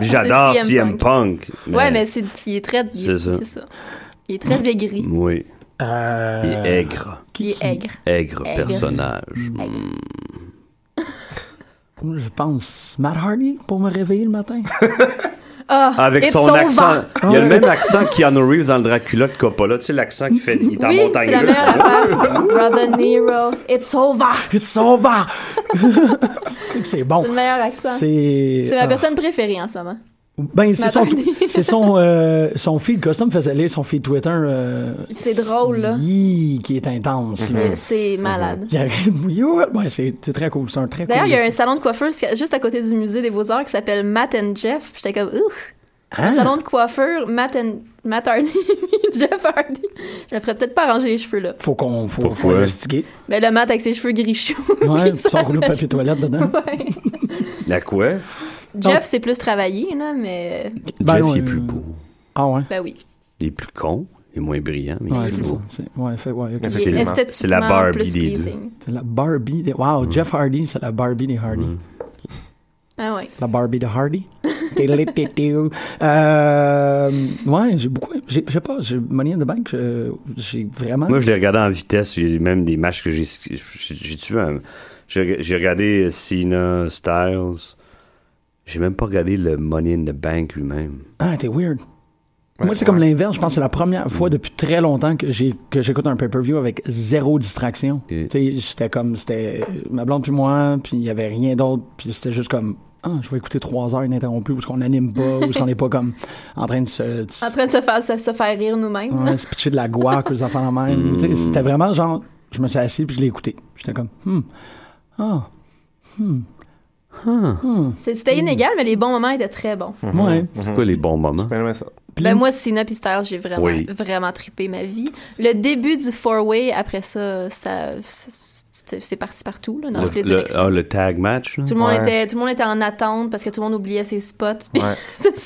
C: J'adore
D: C'est
C: CM
D: CM
C: Punk.
D: Ouais, mais c'est, il est très. il-
C: C'est ça.
D: C'est ça. Il est très aigri.
C: Oui.
B: Euh,
C: Il est aigre.
D: Il est aigre.
C: Aigre
D: Aigre.
C: personnage.
B: Je pense Matt Hardy pour me réveiller le matin.
D: Ah,
C: Avec
D: et de
C: son, accent.
D: vent.
C: Il y a le même accent qu'Iano Reeves dans le Dracula de Coppola. Tu sais, l'accent qui fait. Il est en
D: Oui,
C: montagne
D: c'est la
C: russe.
D: meilleure affaire. Brother Nero, it's over.
B: It's over! c'est que c'est bon.
D: C'est le meilleur accent.
B: C'est.
D: C'est ma
B: ah.
D: personne préférée en ce moment.
B: Ben, c'est
D: Ma
B: son,
D: famille.
B: c'est son, euh, son feed custom faisait lire son feed Twitter. euh,
D: C'est drôle, là.
B: Yi, qui est
C: Mm-hmm.
B: intense. là.
C: Ah.
D: Mais C'est malade.
B: Il arrive- Yo, ouais, c'est c'est très cool. C'est un très
D: D'ailleurs,
B: cool.
D: il y a un salon de coiffeurs juste à côté du musée des Beaux-Arts qui s'appelle Matt and Jeff. Puis J'étais comme, ouf!
B: Hein?
C: Ah.
D: Un salon de coiffeur, Matt, and... Matt Hardy, Jeff Hardy. Je me ferais peut-être pas arranger les cheveux, là.
B: Faut qu'on faut, faut
C: Pourquoi?
B: investiguer.
D: Mais le Matt avec ses cheveux gris choux.
B: Ouais,
D: puis
B: son
D: ça
B: rouleau de papier toilette dedans.
D: Ouais.
C: La quoi?
D: Jeff, c'est plus travaillé, là, mais.
B: Ben,
C: Jeff,
B: non,
C: il est
B: euh,
C: plus beau.
B: Ah ouais.
D: Ben oui.
C: Il est plus con. Il est moins brillant, mais
B: Ouais,
C: il
B: c'est
C: est
B: ça.
C: beau.
B: C'est- Ouais, fait, ouais, ok.
D: Il est
E: Effectivement.
D: esthétiquement
C: C'est la Barbie
D: plus
C: des deux.
D: pleasing.
B: C'est la Barbie. Des...
C: Mm.
B: Wow, Jeff Hardy, c'est la Barbie des Hardy.
D: Ah ouais.
B: La Barbie de Hardy. Télététéou. euh, ouais, j'ai beaucoup. j'ai- Je sais pas, j'ai Money in the Bank, je- j'ai vraiment.
C: Moi, je l'ai regardé en vitesse. Il y a même des matchs que j'ai. J'ai tué un. J'ai j'ai regardé Cena, Styles. J'ai même pas regardé le Money in the Bank lui-même.
B: Ah, t'es weird.
E: Ouais,
B: Moi, c'est
E: ouais.
B: comme l'inverse. Je pense que c'est la première fois depuis très longtemps que j'ai que j'écoute un pay-per-view avec zéro distraction. Tu sais, j'étais comme c'était ma blonde puis moi, puis il y avait rien d'autre, puis c'était juste comme ah, je vais écouter trois heures ininterrompues où ce qu'on n'anime pas, où ce qu'on n'est pas comme en train de se, de se-
D: En train de se faire, se, se faire rire nous-mêmes.
B: ouais, se pitcher de la guac aux enfants la même. Tu sais, C'était vraiment genre je me suis assis puis je l'ai écouté. J'étais comme hmm ah
D: C'est- C'était inégal, mais les bons moments étaient très bons.
E: Hum.
B: ouais
C: C'est quoi les bons moments?
E: Ben, mais ça.
D: Ben moi, Sina puis Stars, j'ai vraiment,
C: Oui.
D: vraiment trippé ma vie. Le début du four-way, après ça, ça c'est c'est parti partout, là, dans
C: Le,
D: toutes les
C: le-
D: directions.
C: ah, le tag match, là?
D: Tout le, monde
E: Ouais.
D: était, tout le monde était en attente parce que tout le monde oubliait ses spots.
E: Ouais.
D: c'est super
E: C'était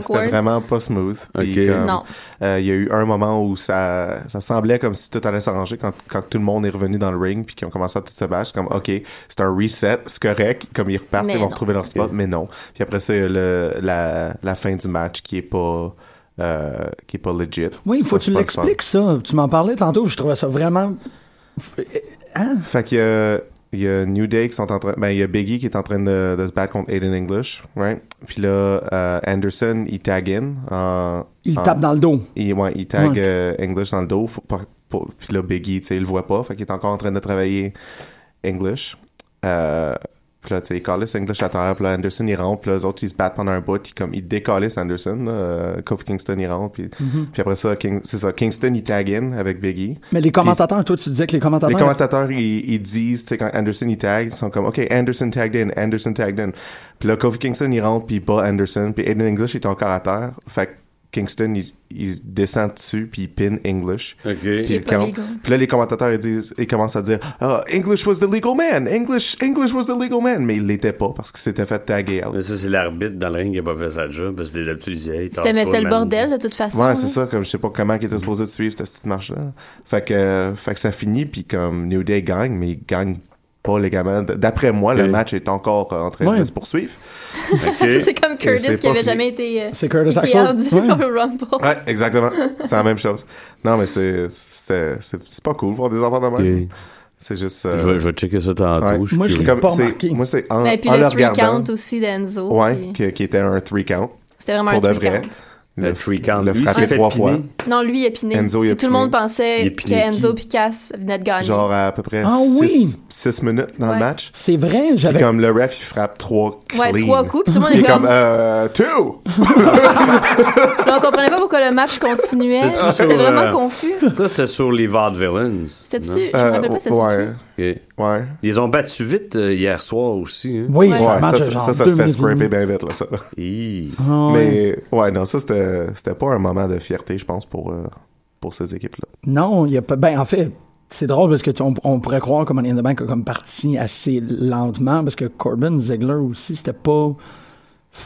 E: c'était
D: awkward.
E: vraiment pas smooth. Puis
C: Ok.
E: comme,
D: Non.
E: euh, Il y a eu un moment où ça, ça semblait comme si tout allait s'arranger quand, quand tout le monde est revenu dans le ring puis qu'ils ont commencé à tout se battre. C'est comme, OK, c'est un reset, c'est correct. Comme ils repartent,
D: Mais
E: ils vont
D: non.
E: retrouver leur spot, mais non. Puis après ça, il y a le, la, la fin du match qui est pas, euh, qui est pas legit.
B: oui il faut
E: Ça,
B: que
E: c'est
B: tu
E: pas le fun.
B: l'expliques ça tu m'en parlais tantôt je trouvais ça vraiment
E: Fait que euh, il y a New Day qui sont en train ben il y a Biggie qui est en train de, de se battre contre Aiden English, right? Puis là euh, Anderson il tag in en-
B: il
E: en-
B: tape dans le dos
E: il, ouais, il tag
B: Ouais.
E: euh, English dans le dos faut pas- pour- puis là Biggie tu sais il le voit pas, fait qu'il est encore en train de travailler English. Euh, puis là, tu sais, il calisse English à terre, puis là, Anderson, il rentre, puis là, eux autres, ils se battent pendant un bout, ils, comme, ils décalissent Anderson, là, euh, Kofi Kingston, il rentre, puis, puis après ça, King- c'est ça, Kingston, il tag in avec Biggie,
B: Mm-hmm. mais les commentateurs toi tu disais que les commentateurs
E: les commentateurs, ils, ils disent, tu sais, quand Anderson, il tag, ils sont comme, OK, Anderson tagged in, Anderson tagged in. Puis là, Kofi Kingston, il rentre, puis il bat Anderson, puis Aiden English il est encore à terre. Fait que Kingston, il, il descend dessus, puis il pin English.
C: OK.
E: Puis,
D: est
E: il
D: pas
E: compte.
D: legal.
E: Puis là, les commentateurs, ils, disent, ils commencent à dire Ah, English was the legal man! English, English was the legal man! Mais il l'était pas parce qu'il s'était fait taguer. out.
C: Mais ça, c'est l'arbitre dans le ring qui a pas fait ça déjà, parce que d'habitude, il disait, hey,
D: C'était mais
C: tasse-toi,
D: c'était le
C: man.
D: bordel de toute façon.
E: Ouais,
D: là.
E: c'est ça, comme je sais pas comment il était supposé de suivre cette petite marche-là. Fait que, euh, fait que ça finit, puis comme New Day gagne, mais il gagne pas légalement. D- D'après moi, le
C: Ok.
E: match est encore euh, en train
B: Ouais.
E: de se poursuivre.
C: OK.
D: C'est comme Curtis
E: c'est
D: qui
E: pas
D: avait
E: fini.
D: jamais été euh,
B: C'est Curtis
D: piqué
B: Axel.
D: out du
B: Ouais.
D: Rumble.
E: Ouais, exactement. C'est la même chose. Non, mais c'est, c'est, c'est, c'est pas cool voir des enfants de même.
C: Ok.
E: C'est juste.
C: Je
E: euh,
C: vais, je vais checker ça tantôt.
E: ouais.
C: je suis
B: Moi, je
C: curieux.
B: l'ai pas
E: c'est-
B: remarqué.
E: Moi, c'est en,
D: Mais Ben, puis
E: en
D: le
E: le
D: three
E: regardant.
D: count aussi d'Enzo.
E: Ouais,
D: puis
E: qui, qui était un three count.
D: C'était vraiment
E: Pour
D: un
E: de
D: three
E: vrai.
D: count.
C: Le free count.
E: Le
C: Lui, il s'est
E: frapper
C: fait
E: trois
C: piner.
E: fois.
D: Non, lui, il a piné.
E: Enzo, il a
D: Puis tout le
E: piné.
D: monde
C: Il a
D: pensait
C: piné
D: que Enzo puis Cass venaient de gagner.
E: Genre à, à peu près
B: Ah
E: six,
B: oui!
E: six minutes dans le
D: Ouais.
E: match.
B: c'est vrai
E: Puis
B: j'avais
E: comme le ref, il frappe trois
D: ouais,
E: clean.
D: trois coups. Puis tout le monde
E: Il
D: est
E: est comme,
D: comme...
E: euh, two!
D: Puis on comprenait pas pourquoi le match continuait.
C: C'est-tu
D: C'était
C: sur,
D: vraiment
C: euh,
D: confus.
C: Ça, c'est sur les Vaudevillains.
D: C'était-tu... Je me
E: Euh,
D: rappelle pas, c'était
E: ouais,
D: sur
C: OK.
E: ouais.
C: Ils ont battu vite euh, hier soir aussi. Hein?
B: oui
D: Ouais,
B: c'est
E: Ouais,
B: un match
E: ça, ça,
B: genre
E: ça, ça
B: deux
E: se fait
B: minutes et
E: scraper
B: demie.
E: bien vite, là, ça.
C: Hi.
B: Ah, ouais.
E: Mais, ouais, non, ça, c'était c'était pas un moment de fierté, je pense, pour, euh, pour ces équipes-là.
B: Non, il y a pas. Ben, en fait, c'est drôle parce que tu- on, on pourrait croire que Money in the Bank a comme parti assez lentement parce que Corbin Ziegler aussi, c'était pas.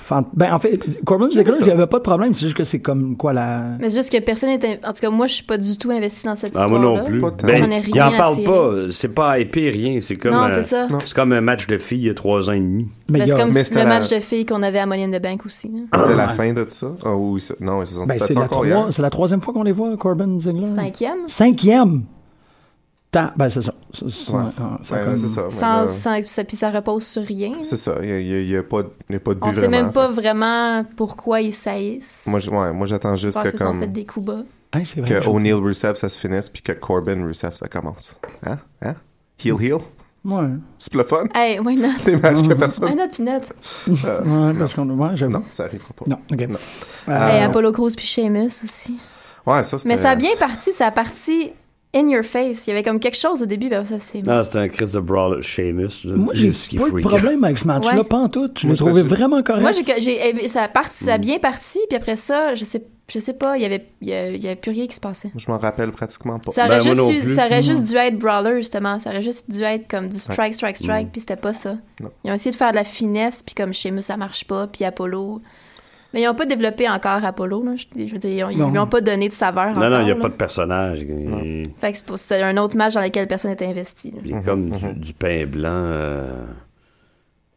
B: fant- Ben, en fait, Corbin Ziegler, il n'y avait pas de problème. C'est juste que c'est comme quoi la.
D: Mais c'est juste que personne n'est. En tout cas, moi, je suis pas du tout investie dans cette
C: Ah,
D: histoire.
C: moi non plus.
E: Pas tant.
D: J'en ai
C: Ben, il
D: rien
C: en parle
D: à
C: pas. C'est pas épais, rien. C'est comme,
D: Non,
C: euh,
D: c'est ça.
E: non.
C: c'est comme un match de filles il y a trois ans et demi.
B: Mais
D: Ben,
B: il y
D: c'est
B: a-
D: comme
E: Mais
D: si-
E: c'était
D: le
E: la-
D: match de filles qu'on avait à Money in the Bank aussi. là.
E: C'était la fin de ça? Ah oui, ça- non, ils se sont
B: ben,
E: battus
B: c'est la,
E: encore
B: trois-
E: hier.
B: c'est la troisième fois qu'on les voit, Corbin Ziegler.
D: Cinquième?
B: Cinquième! Tant- Ben, c'est ça. C'est- c'est-
E: Ouais.
B: ouais, c'est
E: Ouais,
B: comme-
E: c'est ça. mais
D: Sans,
E: là,
D: sans, ça, puis ça repose sur rien. là.
E: C'est ça. Il n'y a, il y a- il y a pas de il y a pas de but
D: On sait
E: vraiment.
D: même pas vraiment pourquoi ils saillissent.
E: Moi, je- ouais, moi, j'attends
D: je
E: juste
D: pense
E: que,
D: qu'ils se sont fait
E: comme,
D: des coups bas.
B: Hey, c'est vrai.
E: que O'Neill Rusev, ça se finisse, puis que Corbin Rusev, ça commence. Hein? Hein? Heel, heel?
B: Ouais.
E: C'est le fun?
D: Hey, why not?
E: Des matchs
B: Mhm.
E: que
D: Why
E: personne...
D: not, Peanut?
E: Euh,
B: Ouais, parce qu'on. Ouais,
D: Ah,
B: j'avoue.
E: non, ça arrivera pas.
B: Non, ok.
E: Non. Ah.
B: Euh,
D: Hey, Apollo Crews puis Sheamus aussi.
E: Ouais, ça, c'était...
D: Mais
C: Euh.
D: ça a bien parti, ça a parti in your face. Il y avait comme quelque chose au début, ben ça c'est...
C: Non, c'est un Chris de Brawler, Sheamus.
B: Moi, j'ai pas eu de problème avec ce match-là,
D: Ouais.
B: pas en tout. Je
E: Moi,
B: l'ai trouvé
E: je-
B: vraiment correct.
D: Moi, j'ai, que- j'ai aimé- ça a parti,
C: Mm.
D: ça a bien parti, puis après ça, je sais, je sais pas, il y avait, il y a- il y avait plus rien qui se passait.
E: Je m'en rappelle pratiquement pas.
D: Ça aurait,
C: Ben, moi
D: juste,
C: non
D: eu-
C: plus.
D: ça aurait juste dû être Brawler, justement. Ça aurait juste dû être comme du strike, strike, strike,
C: Mm.
D: puis c'était pas ça.
E: Non.
D: Ils ont essayé de faire de la finesse, puis comme Sheamus, ça marche pas, puis Apollo... Mais ils ont pas développé encore Apollo, là. Je, je veux dire, ils, ont- ils
B: Non.
D: lui ont pas donné de saveur
C: Non, non, il n'y a
D: encore,
C: pas
D: là.
C: de personnage. Il
D: Fait que c'est, pour- c'est un autre match dans lequel personne n'était investi. là.
C: il est comme
B: Mhm.
C: du, du pain blanc. euh,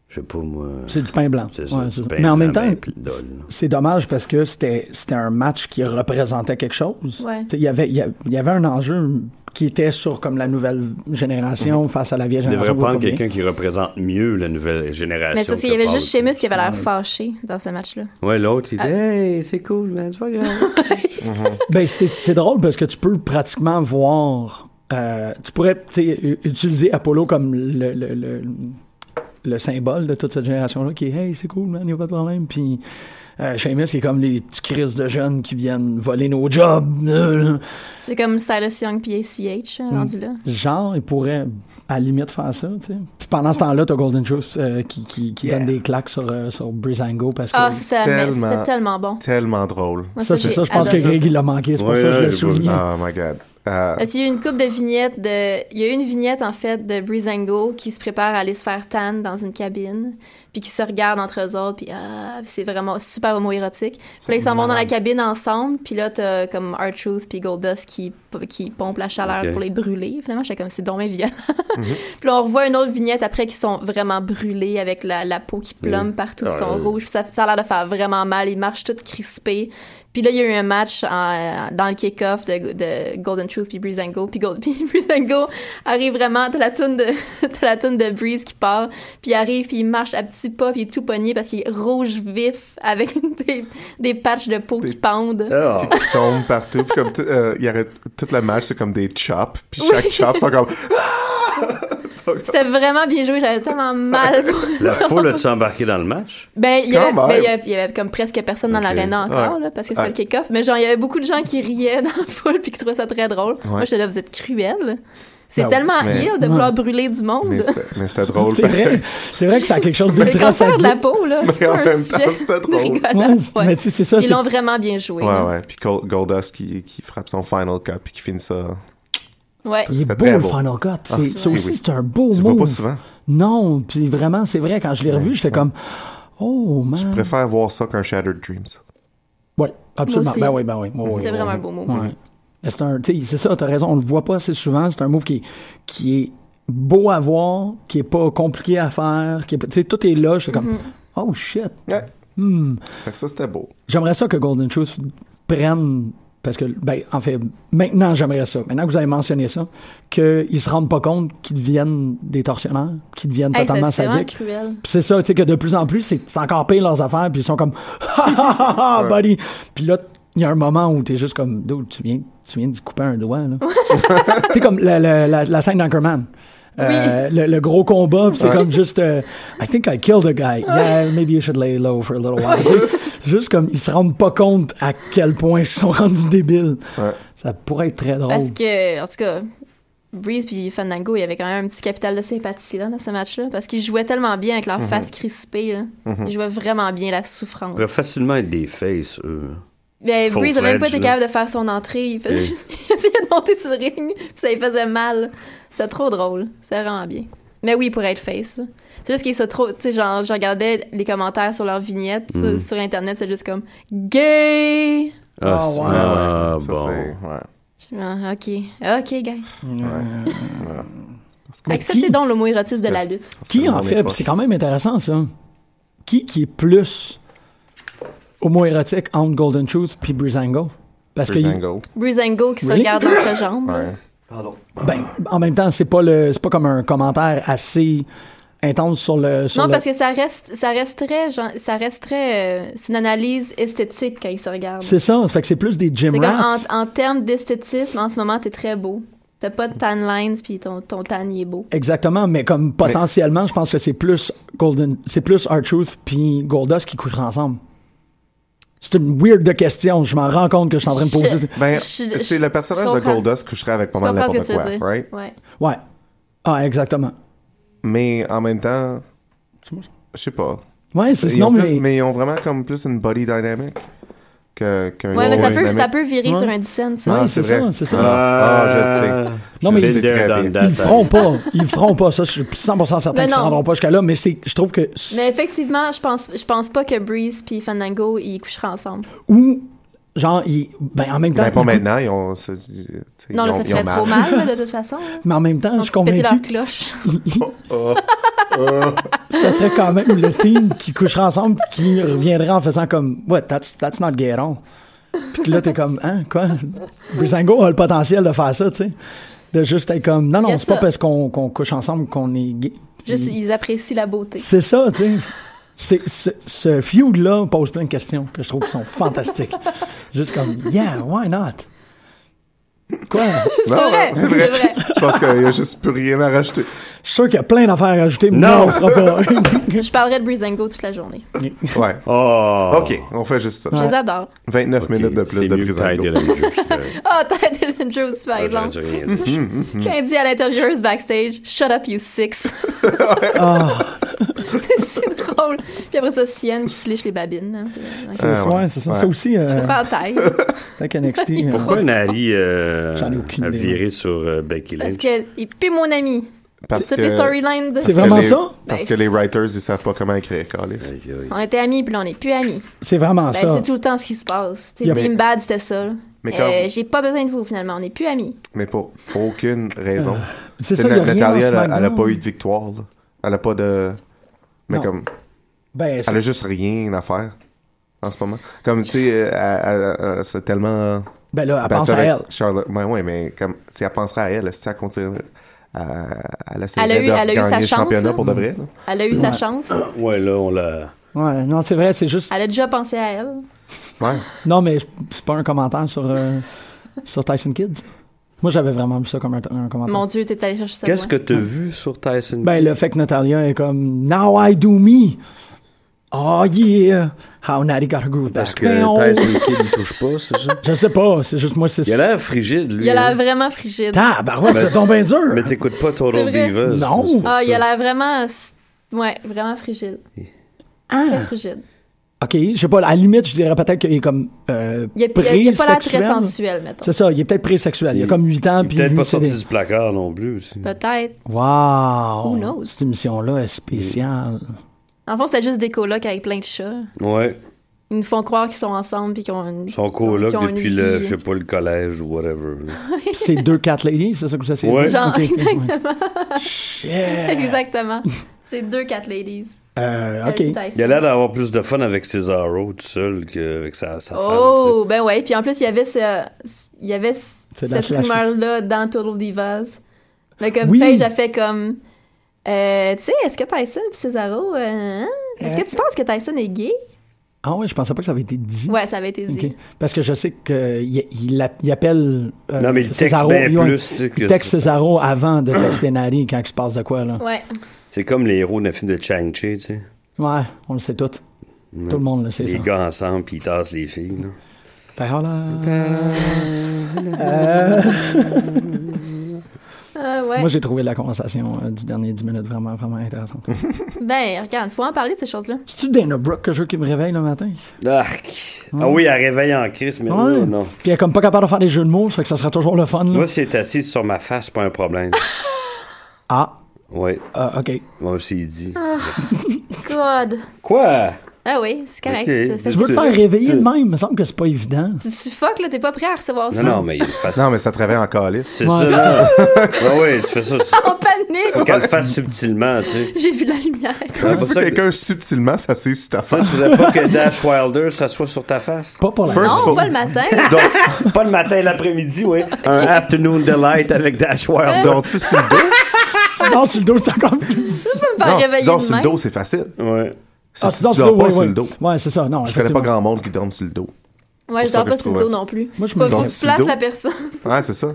C: je sais pas, moi.
B: C'est du pain blanc.
C: C'est ça,
B: Ouais,
C: du
B: c'est ça.
C: pain
B: Mais en
C: blanc,
B: même temps,
C: ben, pl- dol.
B: c'est dommage parce que c'était c'était un match qui représentait quelque chose.
D: Ouais.
B: T'sais, Il y avait, il y a- il y avait un enjeu qui était sur comme la nouvelle
E: Mm-hmm.
B: génération face à la vieille
C: Il
B: génération.
C: devrait
B: qui va
C: prendre
B: pas bien.
C: quelqu'un qui représente mieux la nouvelle génération.
D: Mais c'est parce qu'il y avait juste Sheamus qui avait l'air fâché dans ce match-là.
C: Ouais, l'autre, il dit Hey, c'est cool, mais c'est pas grave.
B: Ben, c'est- c'est drôle parce que tu peux pratiquement voir. euh, tu pourrais t'sais, u- utiliser Apollo comme le, le- le- le symbole de toute cette génération-là qui est Hey, c'est cool, man, il n'y a pas de problème. Puis euh, Sheamus qui est comme les petits crises de jeunes qui viennent voler nos jobs. Euh,
D: C'est comme Silas Young puis ACH, hein, rendu là.
B: Genre, il pourrait à la limite faire ça, tu sais. Puis pendant ce temps-là, t'as Golden Shoes euh, qui, qui, qui
E: Yeah.
B: donne des claques sur, euh, sur Breezango parce que.
D: Ah, ça, mais
E: tellement-
D: c'était tellement bon.
E: Tellement drôle.
D: Moi,
B: ça, c'est
D: j'ai
B: ça, je pense que
D: adoré.
B: Greg, il l'a manqué. C'est pour
C: Ouais,
B: ça que je
C: ouais,
B: le
C: j'ai pas vu.
B: souligne.
E: Oh my God. Euh,
D: Parce qu'il y a eu une coupe de vignettes de. Il y a eu une vignette, en fait, de Breezango qui se prépare à aller se faire tan dans une cabine, puis qui se regardent entre eux autres, puis ah, puis c'est vraiment super homoérotique. Puis là, ils s'en vont dans la cabine ensemble, puis là, t'as comme R-Truth puis Goldust qui, qui pompent la chaleur
C: Ok.
D: pour les brûler. Finalement, j'étais comme, c'est dommage violent. puis là, on revoit une autre vignette après qui sont vraiment brûlés avec la, la peau qui plombe
C: Oui.
D: partout,
C: Ah,
D: ils sont
C: oui.
D: rouges, puis ça, ça a l'air de faire vraiment mal. Ils marchent tous crispés. Puis là, il y a eu un match en- dans le kick-off de, de Golden Truth puis Breezango. Puis, Gold, puis Breezango arrive vraiment, t'as la toune de, t'as la toune de Breeze qui part. Puis il arrive, puis il marche à petits pas, puis il est tout pogné parce qu'il est rouge vif avec des, des patchs de peau qui pendent.
C: Ah,
E: Puis qui tombent partout. Puis comme t- euh, il y aurait toute la match, c'est comme des chops. Puis chaque chop, sont comme.
D: C'était vraiment bien joué, j'avais tellement mal. pour-
C: la foule a-tu embarqué dans le match
D: Ben, il y, avait,
E: Quand
D: ben,
E: même.
D: il y avait- il y avait comme presque personne dans
C: Ok.
D: l'aréna encore,
E: Ouais.
D: là, parce que c'était
E: Ouais.
D: le kick-off. Mais genre, il y avait beaucoup de gens qui riaient dans la foule puis qui trouvaient ça très drôle. Moi, j'étais là, vous êtes cruels. C'est
B: Ben oui,
D: tellement
E: mais-
D: ill de vouloir brûler du monde.
E: Mais c'était- mais c'était drôle.
B: C'est vrai, c'est vrai que ça a quelque chose
D: Le
B: d'ultra
D: cancer de la
B: sadique.
D: peau, là. c'est
E: en
D: un
E: même
D: sujet
E: temps, c'était drôle.
D: dégueulasse,
B: Ouais,
D: ouais.
B: mais tu sais, c'est ça.
D: Ils
B: c'est-
D: l'ont vraiment bien joué.
E: Ouais,
D: là.
E: ouais. Puis Gold- Goldust qui, qui frappe son Final Cup puis qui finit ça.
D: Ouais.
B: Il est
E: C'était
B: beau,
E: très
B: le
E: beau.
B: Final Cut. C'est-
E: Ah,
B: ça
E: oui,
B: aussi,
E: oui.
B: c'est un beau
E: Tu le vois
B: mot.
E: pas souvent.
B: Non, puis vraiment, c'est vrai, quand je l'ai revu, j'étais comme Oh, man.
E: Je préfère voir ça qu'un Shattered Dreams.
B: Oui, absolument.
D: Moi aussi.
B: Ben oui, ben oui. oui, oui,
D: C'est
B: oui,
D: vraiment
B: oui.
D: un beau mot.
B: Ouais. Mais C'est un, tu sais, c'est ça, t'as raison, on le voit pas assez souvent. C'est un move qui, qui est beau à voir, qui est pas compliqué à faire, qui est, pas- tu sais, tout est là. J'étais comme,
D: Mm-hmm.
B: oh shit.
E: Ouais.
B: Hmm.
E: Fait que ça, c'était beau.
B: J'aimerais ça que Golden Shoes prenne, parce que, ben, en fait, maintenant, j'aimerais ça. Maintenant que vous avez mentionné ça, qu'ils se rendent pas compte qu'ils deviennent des tortionnaires, qu'ils deviennent
D: Hey, ça,
B: totalement
D: c'est vraiment
B: sadiques.
D: cruel.
B: Puis c'est ça, tu sais, que de plus en plus, c'est c'est encore pire leurs affaires, puis ils sont comme, ha ha ha, ha, buddy. Puis là, il y a un moment où t'es juste comme, dude, tu viens, tu viens de te couper un doigt, là. tu sais, comme la, la, la, la scène d'Anchorman. Euh, le, le gros combat, puis c'est comme juste, euh, I think I killed a guy. Yeah, maybe you should lay low for a little while. Tu sais, juste comme, ils se rendent pas compte à quel point ils se sont rendus débiles. Ça pourrait être très drôle.
D: Parce que, en tout cas, Breeze puis Fandango, il y avait quand même un petit capital de sympathie là, dans ce match-là. Parce qu'ils jouaient tellement bien avec leur
E: Mhm.
D: face crispée. là. Ils jouaient vraiment bien la souffrance.
C: Il pourrait facilement être des faces, eux.
D: Ben,
C: Full
D: Breeze a même pas
C: fledged,
D: été
C: là.
D: capable de faire son entrée. Il, faisait- il essayait de monter sur le ring, puis ça lui faisait mal. C'était trop drôle. C'était vraiment bien. Mais oui, pour être face. C'est juste qu'il se trop. Tu sais, genre, je regardais les commentaires sur leurs vignettes
C: Mhm.
D: sur Internet, c'est juste comme gay.
C: Ah,
B: Ah,
C: c'est-
B: ouais.
C: ah,
E: Ça,
C: bon.
E: c'est- ouais.
D: Je suis genre, ok. Ok, guys.
B: Mais
D: Acceptez
B: qui-
D: donc l'homoérotisme de la lutte.
E: Parce
B: Qui,
E: que
B: en
E: on est
B: fait,
E: pas-
B: puis c'est quand même intéressant, ça. Qui qui est plus homoérotique entre Golden Truth puis Brizango? Parce que,
E: Brizango.
D: Brizango qui se
B: Really?
D: regarde dans sa jambe.
E: Ouais.
B: ben, en même temps, c'est pas le, c'est pas comme un commentaire assez intense sur le, sur
D: Non,
B: le-
D: parce que ça reste, ça resterait, genre, ça resterait, euh, c'est une analyse esthétique quand il se regarde.
B: c'est ça. Fait que c'est plus des gym
D: C'est comme
B: rats.
D: en, en termes d'esthétisme, en ce moment, t'es très beau. T'as pas de tan lines, puis ton, ton tan, il est beau.
B: Exactement, mais comme potentiellement, je pense que c'est plus Golden, c'est plus Our Truth puis Goldust qui coucheraient ensemble. C'est une weird question. Je m'en rends compte que je suis en train de poser.
D: Je-
E: Ben,
D: je-
E: tu
D: je-
E: sais, le personnage
D: je
E: de
D: comprends.
E: Goldust coucherait avec pas
D: Je
E: mal
D: comprends ce
E: n'importe
D: que tu
E: quoi,
D: veux dire.
E: right?
D: Ouais.
B: Ouais. Ah, exactement.
E: Mais en même temps, je sais pas.
B: Ouais, c'est
E: Ils
B: non
E: ont plus-
B: mais.
E: mais ils ont vraiment comme plus une body dynamic que- qu'un
D: Ouais, mais ça
E: autre
D: peut, ça
E: dynamique.
D: peut virer
B: Ouais.
D: sur un dissent, ça.
B: Ouais,
E: Ah,
B: c'est
E: c'est
B: ça,
E: vrai.
B: c'est ça.
E: Ah,
C: Euh,
E: ah, je sais.
B: non, mais
E: Been
B: ils,
E: there, done
B: ils
C: hein.
B: le feront pas. Ils le feront pas. Ça, je suis 100% certain
D: Mais
B: qu'ils ne
D: non.
B: rendront pas jusqu'à là, mais c'est, je trouve que.
D: Mais effectivement, je pense, je pense pas que Breeze puis Fandango, ils coucheraient ensemble.
B: Ou, genre, ils, ben, en même temps.
E: Mais pas
B: ils-
E: maintenant, ils ont. c'est- tu sais,
D: Non,
E: ils
D: là,
E: ont-
D: ça
E: ils ont
D: ferait trop mal, là, de toute façon. là.
B: Mais en même temps,
D: On
B: je
D: se
B: suis
D: fait péter leur
B: convaincu
D: cloche.
B: que ça serait quand même le team qui couchera ensemble qui reviendrait en faisant comme What, that's, that's not gay at all. Puis que là, t'es comme, hein, quoi? Brisango a le potentiel de faire ça, tu sais. De juste être comme, non,
D: Il y
B: non,
D: a
B: c'est pas
D: ça.
B: parce qu'on qu'on couche ensemble qu'on est gay.
D: Juste, ils apprécient la beauté.
B: C'est ça, tu sais. C'est- c'est- ce feud-là pose plein de questions que je trouve qui sont fantastiques. Juste comme, yeah, why not? Quoi?
E: Non,
D: C'est vrai,
E: non, c'est vrai.
D: c'est vrai.
E: Je pense qu'il n'y a juste plus rien à rajouter.
B: Je suis sûr qu'il y a plein d'affaires à ajouter, mais
C: Non.
B: non, on fera pas.
D: Je parlerais de Breezango toute la journée.
E: Ouais.
C: Oh.
E: Ok, on fait juste ça.
D: Je les adore.
E: 29
C: Ok,
E: minutes de plus
C: c'est
E: de
C: mieux que
E: prison.
C: Tide Ranger,
D: Oh, Ted Dylan Jones, par
C: je-
D: exemple.
C: j'aurais dû rien dire.
B: Hmm.
D: Quand il dit à l'intervieweuse backstage, Shut up, you six. c'est drôle. Puis après ça, Sienne qui se liche les babines. hein.
B: C'est
E: Ah,
B: ouais,
E: ouais.
B: c'est ça.
E: Ouais.
B: Ça aussi, euh,
D: Prends taille.
B: avec NXT. euh,
C: Pourquoi Nari euh,
B: J'en ai aucune
C: a
B: idée.
C: viré sur euh, Becky
D: Parce
C: Lynch?
D: que, et puis mon ami.
E: Parce
D: Toutes
E: que-
D: les storylines de.
B: C'est
E: parce que
B: vraiment
E: les-
B: ça?
E: Parce
D: Ben,
E: que les
D: c'est-
E: writers, ils savent pas comment écrire, Carlis.
C: Aïe, aïe.
D: On était amis, puis là, on n'est plus amis.
B: C'est vraiment
E: Ah,
B: ça.
D: Ben, c'est tout le temps ce qui se passe.
B: Y
D: T'sais,
B: a-
D: Team Bad, c'était ça. là.
E: Mais
D: Euh,
E: comme-
D: J'ai pas besoin de vous, finalement. On n'est plus amis.
E: Mais pour aucune raison.
B: Euh, C'est
E: Tu
B: ça,
E: sais,
B: y a rien à
E: Natalia, elle- elle a
B: SmackDown.
E: pas eu de victoire. là. Elle a pas de. Mais
B: Non.
E: comme.
B: Ben, c'est-
E: Elle a juste rien à faire en ce moment. Comme, tu sais, euh, elle- elle- elle- c'est tellement.
B: ben là, elle
E: battue
B: pense à
E: avec
B: elle.
E: Charlotte. Ben ouais, mais comme, si elle penserait à elle, si elle continue. à- Elle, essaierait
D: Elle a eu-
E: de
D: elle a eu
E: gagner
D: sa
E: le
D: chance,
E: championnat
D: là.
E: pour de vrai. là.
D: Elle a eu sa chance.
C: Ouais, là, on l'a.
B: Ouais, non, c'est vrai, c'est juste.
D: Elle a déjà pensé à elle.
E: Ouais.
B: Non, mais c'est pas un commentaire sur, euh, sur Tyson Kids. Moi, j'avais vraiment vu ça comme un, un commentaire.
D: Mon Dieu, t'es allé chercher ça.
C: Qu'est-ce
D: loin.
C: que t'as vu sur Tyson?
B: Hein? Ben, le fait que Natalia est comme Now I do me. Oh yeah. How Natty got her groove back.
C: Parce que
B: Ben, on-
C: Tyson Kidd ne touche pas, c'est ça?
B: Je sais pas, c'est juste moi, c'est
C: Il a l'air frigide, lui.
D: Il a l'air
C: hein.
D: vraiment frigide.
B: Tabarouette, c'est donc bien dur.
C: Mais t'écoutes pas
D: C'est
C: Total
D: vrai.
C: Divas.
B: Non.
C: c'est pour
D: Ah,
C: ça.
D: il a l'air vraiment. euh, s- Ouais, vraiment frigide. Très
B: Ah,
D: frigide.
B: ok, je sais pas, à la limite, je dirais peut-être qu'il est comme. Euh,
D: Il a, il a- il a pas l'air très
B: pré-sexuel.
D: sensuel, mettons.
B: C'est ça, il est peut-être pré-sexuel. Il, a
C: Il-
B: comme
D: Ah,
B: 8 ans,
C: Il est
B: puis.
C: peut-être
B: lui,
C: pas
B: c'est
C: sorti
B: des-
C: du placard non plus. aussi.
D: Peut-être.
B: Wow!
D: Who knows?
B: Cette émission-là est spéciale.
D: En fond, c'était juste des colocs avec plein de chats.
C: Ouais.
D: Ils nous font croire qu'ils sont ensemble puis qu'ils ont une. Ah,
C: Son
D: coloc
C: coloc depuis le, je sais pas, le collège ou whatever. là.
B: Puis c'est deux cat ladies, c'est ça que vous essayez de
C: Ouais.
B: dire?
D: Genre,
B: Ok, ok, ouais.
D: Exactement. C'est deux cat ladies.
B: Euh, ok.
D: Elle, Tyson.
C: Il a l'air d'avoir plus de fun avec Cesaro tout seul qu'avec sa, sa femme. tu sais.
D: Oh, ben ouais. Puis en plus, il y avait, ce- il y avait
B: C'est de la
D: cette
B: slash,
D: rumeur-là dans Total Divas. Mais comme
B: Oui.
D: Paige a fait comme. euh, tu sais, est-ce que Tyson et Cesaro. euh, hein? Est-ce
C: Euh.
D: que tu penses que Tyson est gay?
B: Ah ouais, je pensais pas que ça avait été dit.
D: Ouais, ça avait été dit.
B: Ok. Parce que je sais qu'il il, a- il appelle. euh,
C: Non, mais il texte
B: Cesaro,
C: bien
B: il- ouais,
C: plus, tu sais, que
B: Il texte
C: ça.
B: Cesaro avant de texter Nari quand il se passe de quoi, là.
D: Ouais.
C: C'est comme les héros d'un film de Chang-Chi, tu sais.
B: Ouais, on le sait tout. Tout le monde le sait,
C: Les
B: ça.
C: gars ensemble, puis ils tassent les filles. là.
B: Ta-ra-la.
D: Ah, ouais.
B: Moi, j'ai trouvé la conversation euh, du dernier 10 minutes vraiment, vraiment intéressante.
D: Ben, regarde, faut en parler de ces choses-là.
B: C'est-tu Dana Brooke que je veux qui me réveille le matin?
C: Arc. Ah oui, elle réveille en crise, mais là,
B: Ouais.
C: non.
B: Puis elle est comme pas capable de faire des jeux de mots, ça fait que ça sera toujours le fun, là.
C: Moi, c'est assis sur ma face, c'est pas un problème.
B: Ah,
C: Ouais.
B: Ah, OK.
C: Moi aussi, il dit.
D: Ah. God.
C: Quoi?
D: Ah oui, c'est correct.
C: Ok.
D: Ça
B: Tu
D: fait-
B: veux te faire réveiller de même? Il me semble que c'est pas évident.
D: Tu suffoques, là, t'es pas prêt à recevoir ça.
C: Non, non, mais il le fasse.
E: Non, mais ça travaille en calice.
C: C'est
B: Ouais.
C: ça, là. ouais, ouais, tu fais ça. tu-
D: En panique.
C: Faut qu'elle le fasse subtilement, tu sais.
D: J'ai vu la lumière.
C: Ouais,
E: Tu
C: pour
E: veux
C: ça que-
B: euh,
E: quelqu'un subtilement s'assise sur ta
C: Toi,
E: face.
C: tu voulais pas que Dash Wilder s'assoie sur ta face?
B: Pas pour la
E: First-
D: Non,
E: faut-
D: pas le matin.
E: Donc,
C: Pas le matin, l'après-midi, oui. Un afternoon delight avec Dash Wilder.
E: dors-tu sur le dos?
B: Tu dors sur le dos, c'est encore plus difficile.
D: Je peux me faire
E: Non, si tu
D: réveiller
E: dors sur
D: demain.
E: le dos, c'est facile.
C: Ouais.
B: Ah,
E: Si tu dors pas
B: ouais,
E: sur
B: ouais.
E: le dos.
B: Ouais, c'est ça. Non,
E: Je connais pas
B: effectivement.
E: grand monde qui dorme sur le dos. pour
D: Ouais, je
E: ça
D: dors
E: que
D: pas
E: je
D: sur le
E: trouve
D: dos
E: ça.
D: non plus.
B: Moi, je me
D: Faut, faut
E: dors
D: que tu
E: sur le
D: places
E: dos.
D: la personne.
E: Ouais, c'est ça.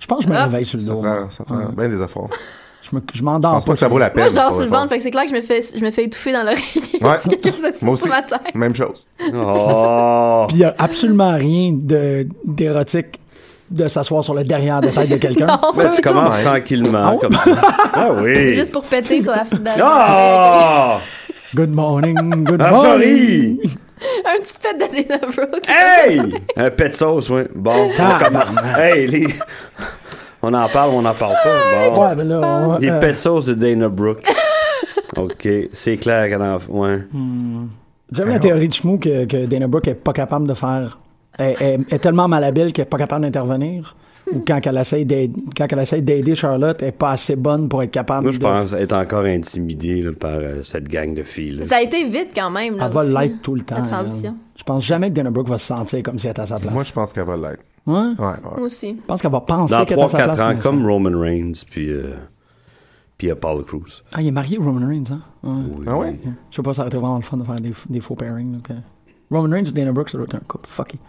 B: Je pense que je me
D: Ah,
B: réveille sur le
E: Ça
B: dos.
E: prend, ça prend bien des efforts.
B: Je me- Je m'endors.
E: Je pense pas que ça
B: sur-
E: vaut la peine.
D: Moi, je dors
E: pour
D: sur le
E: répondre.
D: ventre, fait que c'est clair que je me fais, je me fais étouffer dans l'oreille.
E: Ouais.
D: si quelqu'un s'assied
E: Moi
D: sur
E: aussi.
D: ma tête.
E: Même chose.
C: Oh!
B: Puis il y a absolument rien de- d'érotique de, s'asseoir sur le derrière de tête de quelqu'un.
D: Non,
C: Ouais, tu commences
E: même.
C: tranquillement, comme ça. Ah
D: c'est
C: oui!
D: juste pour péter sur la fenêtre.
C: Ah!
B: Good morning, good morning.
C: Marjorie!
D: Un petit pet de Dana Brooke.
C: Hey! Un pet de sauce, oui. Bon, on
B: Ah,
C: commence. Hey, les... On en parle, on en parle pas. Bon.
B: Ouais, mais là, on-
C: Les
B: euh,
C: pet de sauce de Dana Brooke. OK, c'est clair qu'elle en... Ouais.
B: j'aime la théorie de Chmou que, que Dana Brooke est pas capable de faire. Elle, elle- est tellement malhabile qu'elle est pas capable d'intervenir. Ou quand elle essaye d'aide- quand elle essaye d'aider Charlotte, elle est pas assez bonne pour être capable
C: Moi, je
B: de.
C: pense être encore intimidée là, par euh, cette gang de filles. là.
D: Ça a été vite quand même. Là,
B: Elle va
D: aussi,
B: l'être tout le temps.
D: La
B: là.
D: transition.
B: Je pense jamais que Dana Brooke va se sentir comme si elle était à sa place.
E: Moi, je pense qu'elle va l'être.
B: Ouais.
E: Ouais, ouais.
D: Moi aussi.
B: Je pense qu'elle va penser
C: Dans
B: qu'elle est à sa
C: 3-4
B: place.
C: ans,
B: mais ça-
C: comme Roman Reigns, puis... euh, Puis euh, Paul Cruz.
B: Ah, il est marié, Roman Reigns, hein? Ouais.
C: Oui.
E: Ah ouais?
B: Je sais pas, ça aurait été vraiment le fun de faire des, des faux pairings. donc, euh. Roman Reigns et Dana Brooke, ça doit être un couple. Fuck it.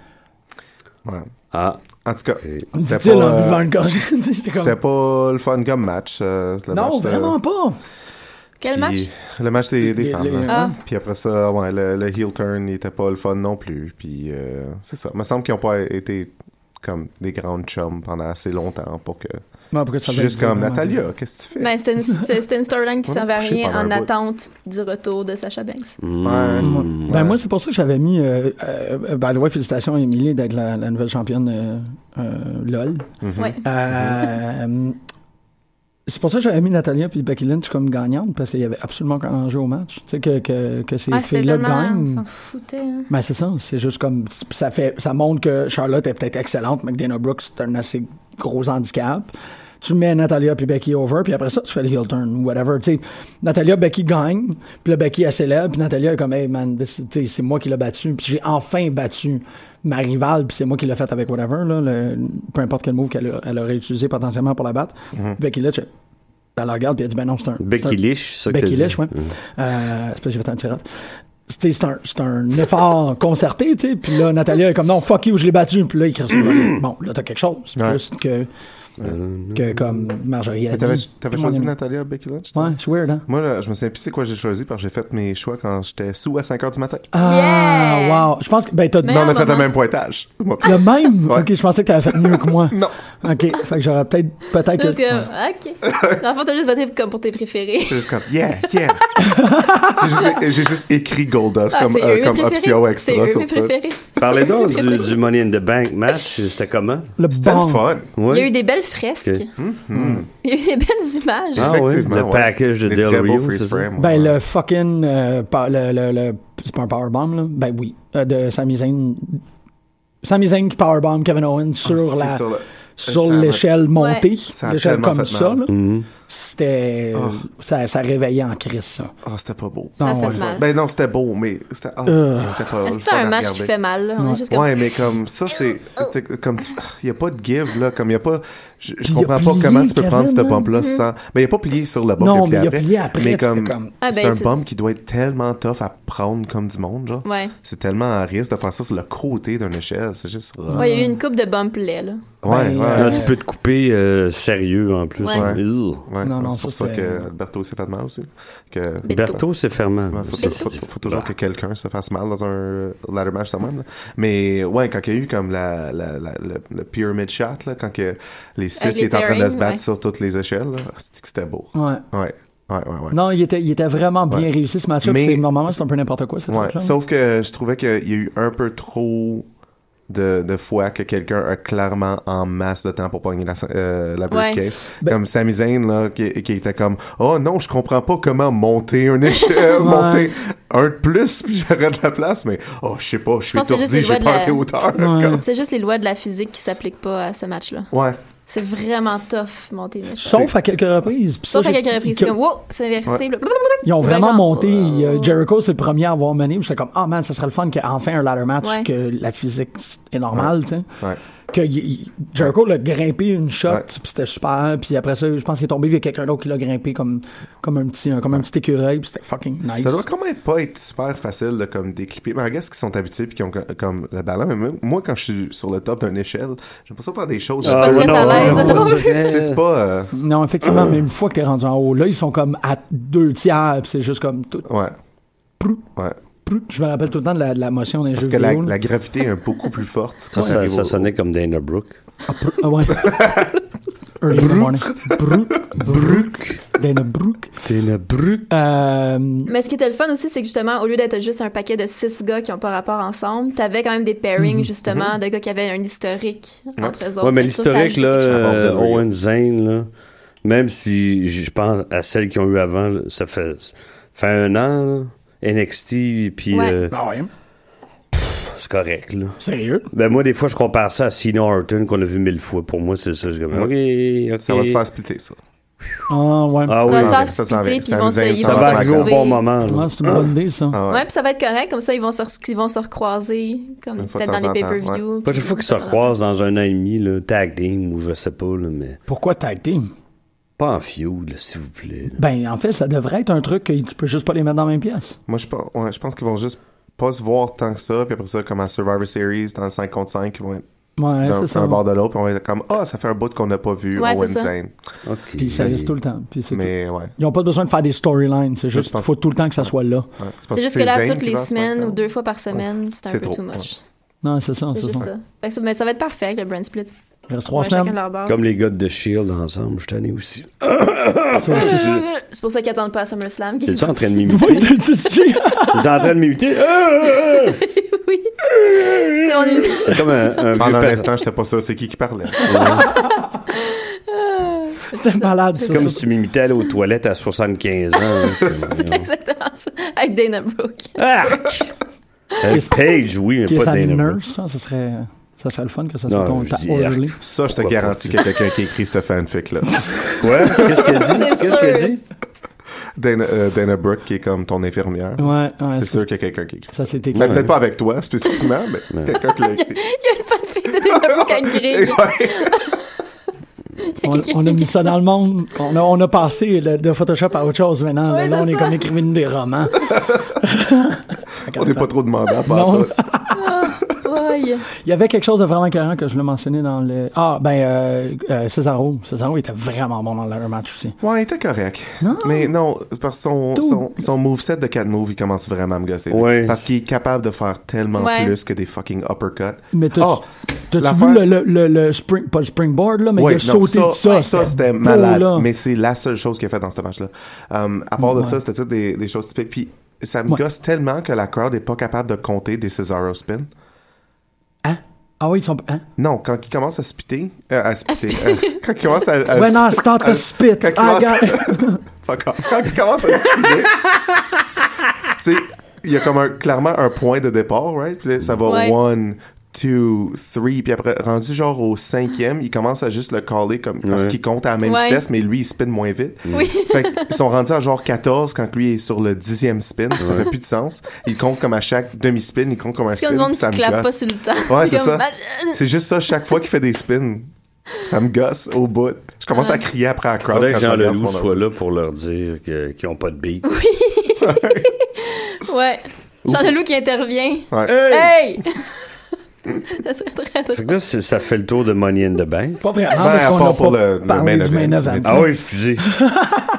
E: Ouais.
C: Ah,
E: En tout cas,
B: Dit-il
E: c'était
B: en
E: pas,
B: buvant
E: euh,
B: une gorgée. J'étais comme,
E: c'était pas le fun comme match. euh, le
B: Non,
E: match de-
B: vraiment pas.
D: Quel
E: Puis,
D: match?
E: Le match des, des
B: Les-
E: femmes.
B: les-
E: hein.
D: Ah.
E: Puis après ça, ouais, le, le heel turn, il était pas le fun non plus. Puis euh, c'est ça. Il me semble qu'ils ont pas été comme des grandes chums pendant assez longtemps pour que.
B: Ouais, pourquoi ça va
E: Juste
B: être
E: comme
B: vraiment-
E: Natalia, qu'est-ce que tu fais?
D: Ben, c'était une, c'était- c'était une storyline qui
E: On a
D: servait à
E: couché
D: rien
E: pendant
D: en
E: un bout.
D: attente du retour de Sacha Banks.
C: hmm.
E: Ouais.
B: Ben, moi, c'est pour ça que j'avais mis. Euh, euh, by the way, félicitations à Emily d'être la, la nouvelle championne euh, euh, LOL.
C: Mhm.
D: Ouais.
B: Euh, c'est pour ça que j'avais mis Natalia puis Becky Lynch comme gagnante parce qu'il y avait absolument aucun enjeu au match. Tu sais, que, que, que ces
D: Ah, c'était
B: filles-là
D: tellement. On
B: gagnent.
D: s'en foutait. hein.
B: Ben c'est ça, c'est juste comme ça fait ça montre que Charlotte est peut-être excellente, mais que Dana Brooks c'est un assez gros handicap. Tu mets Natalia puis Becky over, puis après ça tu fais le heel turn ou whatever. Tu sais, Natalia Becky gagne, puis là Becky elle célèbre, puis Natalia est comme hey man, this- tu sais, c'est moi qui l'ai battu, puis j'ai enfin battu ma rivale, puis c'est moi qui l'ai fait avec whatever là, le- peu importe quel move qu'elle a- elle aurait utilisé potentiellement pour la battre. Becky Lynch elle elle la regarde puis elle dit ben non c'est un c'est un-
C: Mm-hmm. Becky Lynch, ça que
B: Becky
C: t'as
B: Lynch,
C: dit.
B: ouais. Euh, c'est parce que j'ai fait un tirade. C'est c'est un, c'est un effort concerté, tu sais. Puis là, Natalia est comme non, fuck you, je l'ai battu. Puis là, il crie sur le volet. Bon, là, t'as quelque chose. C'est
E: Ouais.
B: plus que, que comme Marjorie a
E: Mais T'avais
B: dit.
E: t'avais
B: Tout le
E: choisi
B: monde
E: Natalia Becky Lynch?
B: aime- Ouais, c'est weird, hein.
E: Moi, là, je me souviens plus c'est quoi j'ai choisi parce que j'ai fait mes choix quand j'étais sous à 5h du matin.
B: Ah,
D: Yeah!
B: wow. Je pense que, ben, t'as
D: Mais-
E: Mais on a
D: Meilleur
E: fait le
D: moment.
E: même pointage. Moi, puis-
B: le même.
E: Ouais.
B: Ok, je pensais que t'avais fait mieux que moi.
E: Non.
B: Ok, fait que j'aurais peut-être, peut-être que.
D: Parce que, euh, ok. Dans le fond, t'as juste voté comme pour tes préférés.
E: C'est juste comme, yeah, yeah. J'ai juste- j'ai juste, écrit Goldust
D: Ah,
E: comme,
D: c'est
E: euh,
D: eux mes
E: comme
D: préférés.
E: option
D: C'est
E: extra
D: eux
E: sur
D: mes
E: tout.
D: préférés.
C: Parlez donc du, du Money in the Bank match, c'était comment?
B: Le
E: C'était le
B: bon.
E: fun. Hmm.
C: Ouais.
D: Il y a eu des belles fresques.
C: Ok.
D: Il y a eu des belles images.
C: Hmm. Ah ouais,
E: Effectivement,
C: le
E: ouais.
C: package de
E: Des
C: Del
E: très beaux
C: Rio,
E: freeze
C: c'est ça?
E: frames, ouais.
B: Ben, le fucking. euh, pa- le, le, le- c'est pas un powerbomb, là. Ben oui. Euh, de Sami Zayn. Sami Zayn qui powerbomb Kevin Owens sur
E: Ah, C'est
B: la.
E: sur le-
B: sur
E: Ça m'a-
B: l'échelle montée,
E: Ça a
B: l'échelle
E: tellement
B: comme
E: fait
B: ça,
E: mal. Mm.
B: là,
C: Hmm.
B: c'était. Ça, ça réveillait en crise, ça.
E: Ah, c'était pas beau.
D: Ça
B: Non,
D: fait
B: ouais.
D: mal.
E: Ben non, c'était beau, mais c'était ah,
B: Euh.
E: c'est- c'était pas. le
D: C'était
E: fun
D: un
E: à
D: match qui
E: regarder.
D: fait mal. là. On est juste comme.
E: Ouais, mais comme ça, c'est. c'est Comme Il n'y a pas de give, là. Comme il n'y a pas. Je,
B: il
E: je
B: a
E: comprends pas
B: plié,
E: comment tu peux prendre
B: Kevin,
E: ce
B: là.
E: bump-là
D: Mm-hmm.
E: sans. Mais il n'y a pas plié sur le bump.
B: Non,
E: il
B: mais il a
E: a plié après.
B: plié après,
E: Mais
B: puis c'était
E: comme.
B: comme-
D: Ah, ben,
E: c'est un
D: c'est-
E: bump qui doit être tellement tough à prendre comme du monde, genre.
D: Ouais.
E: C'est tellement à risque de faire ça sur le côté d'une échelle. C'est juste. rough.
D: Ouais, il y a eu une coupe de bump lait, là.
E: Ouais,
B: Ben,
E: ouais.
B: euh,
C: Là, tu peux te couper euh, sérieux en plus.
D: Ouais.
E: Ouais.
C: Ugh.
E: Ouais,
B: Non, non,
E: c'est pour
B: ça,
E: ça,
B: c'est-
E: que Alberto s'est fait mal aussi. Que...
D: Ben,
C: Berthaud, c'est fermant.
E: Ouais, faut,
C: C'est-
E: faut- faut- faut toujours
C: Bah.
E: que quelqu'un se fasse mal dans un ladder match quand même. là. Mais ouais, quand il y a eu comme la, la, la- le, le pyramid shot, là, quand que les six
D: Avec les
E: ils étaient en train de se
D: pairings,
E: battre
D: ouais.
E: sur toutes les échelles, là, c'est que c'était beau.
B: Ouais.
E: Ouais, ouais, ouais. ouais.
B: Non, il était, il était vraiment bien
E: Ouais.
B: réussi ce match-up.
E: Mais-
B: c'est Normalement, c'est un peu n'importe quoi, cette
E: Ouais,
B: truc-là.
E: sauf que je trouvais qu'il y a eu un peu trop de, de fois que quelqu'un a clairement en masse de temps pour pogner la, euh, la
D: Ouais.
E: briefcase.
B: Ben-
E: Comme Sami Zayn, là, qui, qui était comme « Oh non, je comprends pas comment monter une échelle, monter un de plus, puis j'aurais de la place, mais oh, je sais pas, je suis
D: pense que c'est juste
E: étourdi,
D: les
E: j'ai
D: lois
E: pas
D: de
E: été
D: la-
E: hauteur.
B: Ouais.
D: C'est juste les lois de la physique qui s'appliquent pas à ce match-là.
E: Ouais.
D: C'est vraiment tough monter une échelle.
B: Sauf à quelques reprises. Puis ça,
D: Sauf à
B: j'ai-
D: quelques reprises.
B: que-
D: C'est comme, wow, c'est irréversible.
B: Ils ont
D: Ben,
B: vraiment
D: genre,
B: monté.
D: euh,
B: euh, Jericho, c'est le premier à avoir mené. puis J'étais comme, ah man, ça serait le fun qu'il y ait enfin un ladder match,
D: Ouais.
B: que la physique est normale, tu sais.
E: Ouais.
B: Que y- y- Jericho l'a grimpé une shot,
E: Ouais.
B: puis c'était super. Puis après ça, je pense qu'il est tombé, puis il y a quelqu'un d'autre qui l'a grimpé comme, comme, un petit, comme un petit écureuil, puis c'était fucking nice.
E: Ça doit quand même pas être super facile de comme déclipper. Mais regarde ce qu'ils sont habitués puis qui ont co- comme le ballon. Mais même- moi, quand je suis sur le top d'une échelle, j'aime pas ça faire des choses.
D: Pas
C: ouais,
D: très
C: Ah, non,
D: à l'aise.
C: non,
D: non plus.
E: Tu sais, c'est pas. euh,
B: Non, effectivement, mais une fois que t'es rendu en haut, là, ils sont comme à deux tiers, puis c'est juste comme tout.
E: Ouais.
B: Prou,
E: Ouais.
B: prou. Je me rappelle tout le temps de la, de la motion des
E: Parce
B: jeux
E: que la,
B: vidéo. là.
E: la gravité est beaucoup plus forte.
C: Ça,
E: quand
C: ça,
E: t'arrives
C: ça
E: au-
C: sonnait comme Dana Brooke.
B: Ah, prou- ah ouais. Early in the morning. Brou-
C: Brooke.
B: Dana Brooke.
C: Dana Brooke.
B: Euh,
D: Mais ce qui était le fun aussi, c'est que justement, au lieu d'être juste un paquet de six gars qui ont pas rapport ensemble, t'avais quand même des pairings, justement, de gars qui avaient un historique entre eux autres.
C: Mhm. Ouais, mais
D: Fait que ça,
C: l'historique,
D: ça ajoutait
B: Ah
C: là,
D: quelque chose.
C: euh,
B: ben
E: Avant de mourir.
C: Owen Zane, là, même si je pense à celles qui ont eu avant, là, ça fait, ça fait un an, là, NXT, puis
D: Ouais.
C: euh,
B: ah ouais.
C: c'est correct, là.
B: Sérieux?
C: Ben moi, des fois, je compare ça à Cena Horton qu'on a vu mille fois. Pour moi, c'est ça. Je suis comme, OK, OK.
E: Ça va se faire splitter, ça.
B: Ah ouais.
C: Ah
D: Ça
C: oui,
D: va se
E: ça
D: faire
E: s'en
D: splitter,
E: vient,
D: puis
E: ça
D: ils vont
E: nous
D: se-
E: aide,
D: ils
E: ça
C: ça
D: vont
C: va
D: se
C: arriver au
D: retrouver.
C: bon moment. là.
B: Ouais, c'est une bonne idée, ça.
E: Ah
D: Ouais, puis ça va être correct, comme ça ils vont se, ils vont se recroiser,
E: Une
D: comme
E: fois de
D: peut-être dans
E: temps
D: les
E: en temps,
D: pay-per-views.
C: La prochaine fois qu'ils se recroisent dans un an et demi, là, tag team ou je sais pas, là, mais
B: Pourquoi tag team?
C: pas en feud, là, s'il vous plaît. là.
B: Ben, en fait, ça devrait être un truc que tu peux juste pas les mettre dans la même pièce.
E: Moi, je pense, ouais, je pense qu'ils vont juste pas se voir tant que ça. Puis après ça, comme à Survivor Series, dans le 5 contre 5, ils vont être
B: Ouais,
E: d'un
B: c'est ça.
E: un bord de l'autre. Puis on va être comme Ah, ça fait un bout qu'on n'a pas vu
D: Ouais, c'est
E: Owen
D: ça.
E: Zane.
C: OK.
B: Puis ça reste tout le temps. Puis c'est
E: Mais ouais.
B: tout. Ils ont pas besoin de faire des storylines. C'est juste
E: je
B: qu'il
E: pense-
B: faut tout le temps que ça soit là.
E: ouais. parce
D: C'est juste que
E: c'est
D: là,
E: Zayn
D: toutes
E: qui
D: les
E: va à
D: semaines
E: SmackDown.
D: ou deux fois par semaine, c'est
E: C'est
D: un peu
E: trop,
D: too
E: ouais.
D: much.
B: Non, c'est ça,
D: C'est
B: c'est
D: juste
B: ça.
D: ça. Fait que ça- Mais ça va être parfait avec le brand split.
B: Il reste trois
D: Ouais, chacun de
B: semaines.
D: leur bord.
C: Comme les gars de The Shield ensemble, je t'en ai aussi.
B: Ça aussi, c'est-
D: C'est pour ça qu'ils attendent pas à SummerSlam.
C: T'es-tu en train de m'imiter? T'es en train de m'imiter? Ah!
D: oui. C'est mon émission.
C: C'est comme un, un vieux
E: Pendant un
C: père-
E: instant, j'étais pas sûr c'est qui qui parlait.
B: C'était malade, ça.
C: C'est comme
B: ça.
C: si tu m'imitais aller aux toilettes à 75 ans. là, c'est-
D: Exactement ça. Avec Dana Brooke.
C: Arc! Euh, Page, oui, mais
B: Qui est
C: pas
B: sa
C: Dana Brooke.
B: nurse, hein, ça serait. Ça serait le fun que ça
C: Non,
B: soit ton
C: je
B: ta
C: dis
B: Orly.
E: Ça, je te
C: Pourquoi
E: garantis
C: pas?
E: qu'il y a quelqu'un qui écrit ce fanfic-là.
C: Quoi? Qu'est-ce qu'elle dit?
D: C'est
C: Qu'est-ce
D: sûr.
C: qu'elle dit?
E: Dana, euh, Dana Brooke, qui est comme ton infirmière.
B: Ouais, ouais.
E: c'est
B: ça,
E: sûr qu'il y a quelqu'un qui écrit ça.
B: Ça, c'était
E: Mais peut-être pas avec toi spécifiquement, mais quelqu'un qui l'a écrit.
D: Il y a une fanfic de Dana Brooke avec Greg.
B: On, on a mis ça dans le monde. On a, on a passé de, de Photoshop à autre chose maintenant.
D: Ouais,
B: là, on
D: c'est
B: est
D: ça.
B: comme écrivant des romans.
E: On n'est pas trop demandé à part
B: Non.
E: ça.
D: Ouais.
B: Il y avait quelque chose de vraiment carré que je voulais mentionner dans le. Ah, ben, euh, euh, Cesaro. Cesaro était vraiment bon dans le match aussi.
E: Ouais, il était correct. Mais non, parce que son,
B: Tout.
E: son, son moveset de 4 moves, il commence vraiment à me gosser. lui.
C: Ouais.
E: Parce qu'il est capable de faire tellement
D: Ouais.
E: plus que des fucking uppercuts.
B: Mais t'as-tu
E: Oh,
B: t'as-tu
E: l'affaire-
B: vu le, le, le, le spring, pas le springboard, là, mais
E: Ouais,
B: il a
E: non,
B: sauté de ça.
E: Ça, c'était
B: beau,
E: malade.
B: là.
E: Mais c'est la seule chose qu'il a faite dans ce match-là. Um, à part de ça, c'était toutes des, des choses typiques. Puis ça me
B: Ouais.
E: gosse tellement que la crowd n'est pas capable de compter des Cesaro spins.
B: Hein? Ah oui, ils sont. Hein?
E: Non, quand il commence à spitter. euh, à spitter. euh, quand il commence à. à
B: When I start to spit, Ah,
E: quand
B: I
E: il commence,
B: got.
E: Fuck off. Quand il commence à spitter. tu sais, il y a comme un, clairement un point de départ, right? Puis là, ça va
D: Ouais.
E: one, two, three. Puis après, rendu genre au cinquième, il commence à juste le caller comme, parce
C: Ouais.
E: qu'il compte à la même
D: Ouais.
E: vitesse, mais lui, il spin moins vite.
D: Oui.
E: Fait qu'ils sont rendus à genre 14 quand lui est sur le dixième spin. puis Ça fait plus de sens. Il compte comme à chaque demi-spin, il compte comme un
D: C'est
E: spin.
D: comme du monde
E: puis
D: qui
E: ça me
D: clappe pas
E: gosse.
D: sur le temps.
E: Ouais, c'est
D: Comme,
E: ça.
D: bah,
E: C'est juste ça, chaque fois qu'il fait des spins, ça me gosse au bout. Je commence à crier après la crowd.
C: Faudrait
E: quand
C: que
E: je
C: Jean
E: regarde
C: Leloup
E: ce
C: soit
E: moment.
C: là pour leur dire que- qu'ils n'ont pas de beat.
D: Ouais. Genre de loup qui intervient.
E: Ouais.
D: Hey! ça serait très drôle.
C: Fait que là, c'est- ça fait le tour de Money in the Bank.
B: Pas vraiment,
E: Ben,
B: parce
E: à
B: qu'on
E: part
B: a
E: pour
B: pas
E: le- le
B: parlé
E: main
B: du
E: event,
B: main event.
E: mais-
B: tu
C: Ah
B: sais.
C: oui, excusez.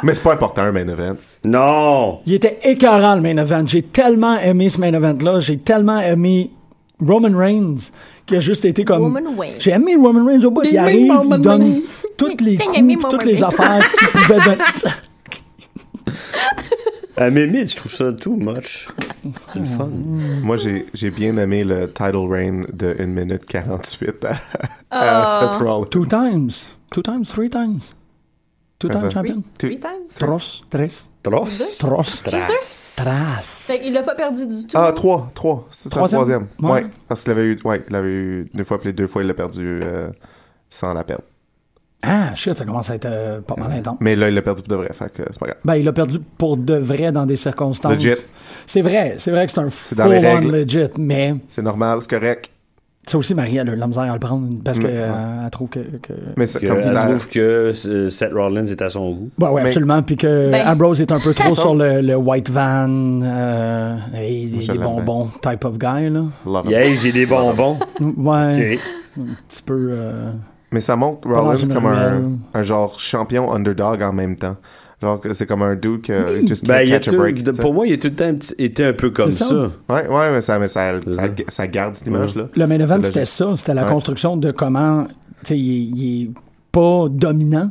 E: Mais c'est pas important, un main event.
C: Non!
B: Il était écœurant, le main event. J'ai tellement aimé ce main event-là. J'ai tellement aimé Roman Reigns, qui a juste été comme...
D: Roman Reigns.
B: J'ai aimé Roman Reigns au bout. Il arrive, il donne toutes les
D: J'ai
B: coups,
D: aimé
B: puis toutes
D: Roman
B: les
D: Reigns.
B: affaires qu'il pouvait donner.
C: Ah, À Mimi, je trouve ça too much. C'est le fun.
E: Moi, j'ai j'ai bien aimé le title reign de 1 minute 48 à, à Seth Rollins.
B: Two times. Two times, three times. Two
E: Ah, ça.
B: times champion.
D: Three times?
B: Tros, tres,
C: Tross?
B: tros,
D: Juste
B: tras.
D: Fait qu'il l'a pas perdu du tout.
E: Ah, trois, trois. C'est ça, le
B: Troisième?
E: troisième.
B: Ouais.
E: Ouais. Parce qu'il avait eu, ouais, il avait eu une fois, puis deux fois, il l'a perdu euh, sans la perdre.
B: Ah, shit, ça commence à être euh, pas mal intense.
E: Mais là, il l'a perdu pour de vrai, fait que c'est pas grave.
B: Ben, il a perdu pour de vrai dans des circonstances.
E: Legit.
B: C'est vrai, c'est vrai que c'est un
E: dans les
B: full-on
E: règles.
B: legit, mais
E: C'est normal, c'est correct.
B: ça aussi, Marie, elle a eu de la misère à le prendre parce qu'elle
E: Mais, ouais.
B: trouve que. que...
E: Mais c'est
C: Que
E: comme
C: elle
E: bizarre.
C: trouve que euh, Seth Rollins est à son goût.
B: Ouais, Bah ouais,
E: Mais-
B: absolument. Puis que
D: Ben.
B: Ambrose est un peu trop
E: Ça-
B: sur le, le white van euh, et des, des
E: je l'aime
B: bonbons type of guy, là.
E: Love him.
C: Yeah, j'ai des bonbons.
B: Ouais,
C: Ok.
B: un petit peu. euh,
E: Mais ça montre
B: dans
E: Rollins
B: une
E: comme un,
B: ruelle.
E: un genre champion underdog en même temps. Genre, que c'est comme un dude qui just
C: Ben,
E: can't
C: il a
E: catch a
C: tout-
E: break.
C: de-
E: tu sais.
C: pour moi, il a tout le temps un petit- été un peu comme
B: C'est ça.
C: ça.
E: Ouais, ouais, mais ça, mais ça, ça,
C: ça.
E: ça garde cette image-là.
B: Le main event,
E: C'est
B: c'était
E: logique.
B: ça. C'était la
E: Ouais.
B: construction de comment, tu sais, il, est- il est pas dominant,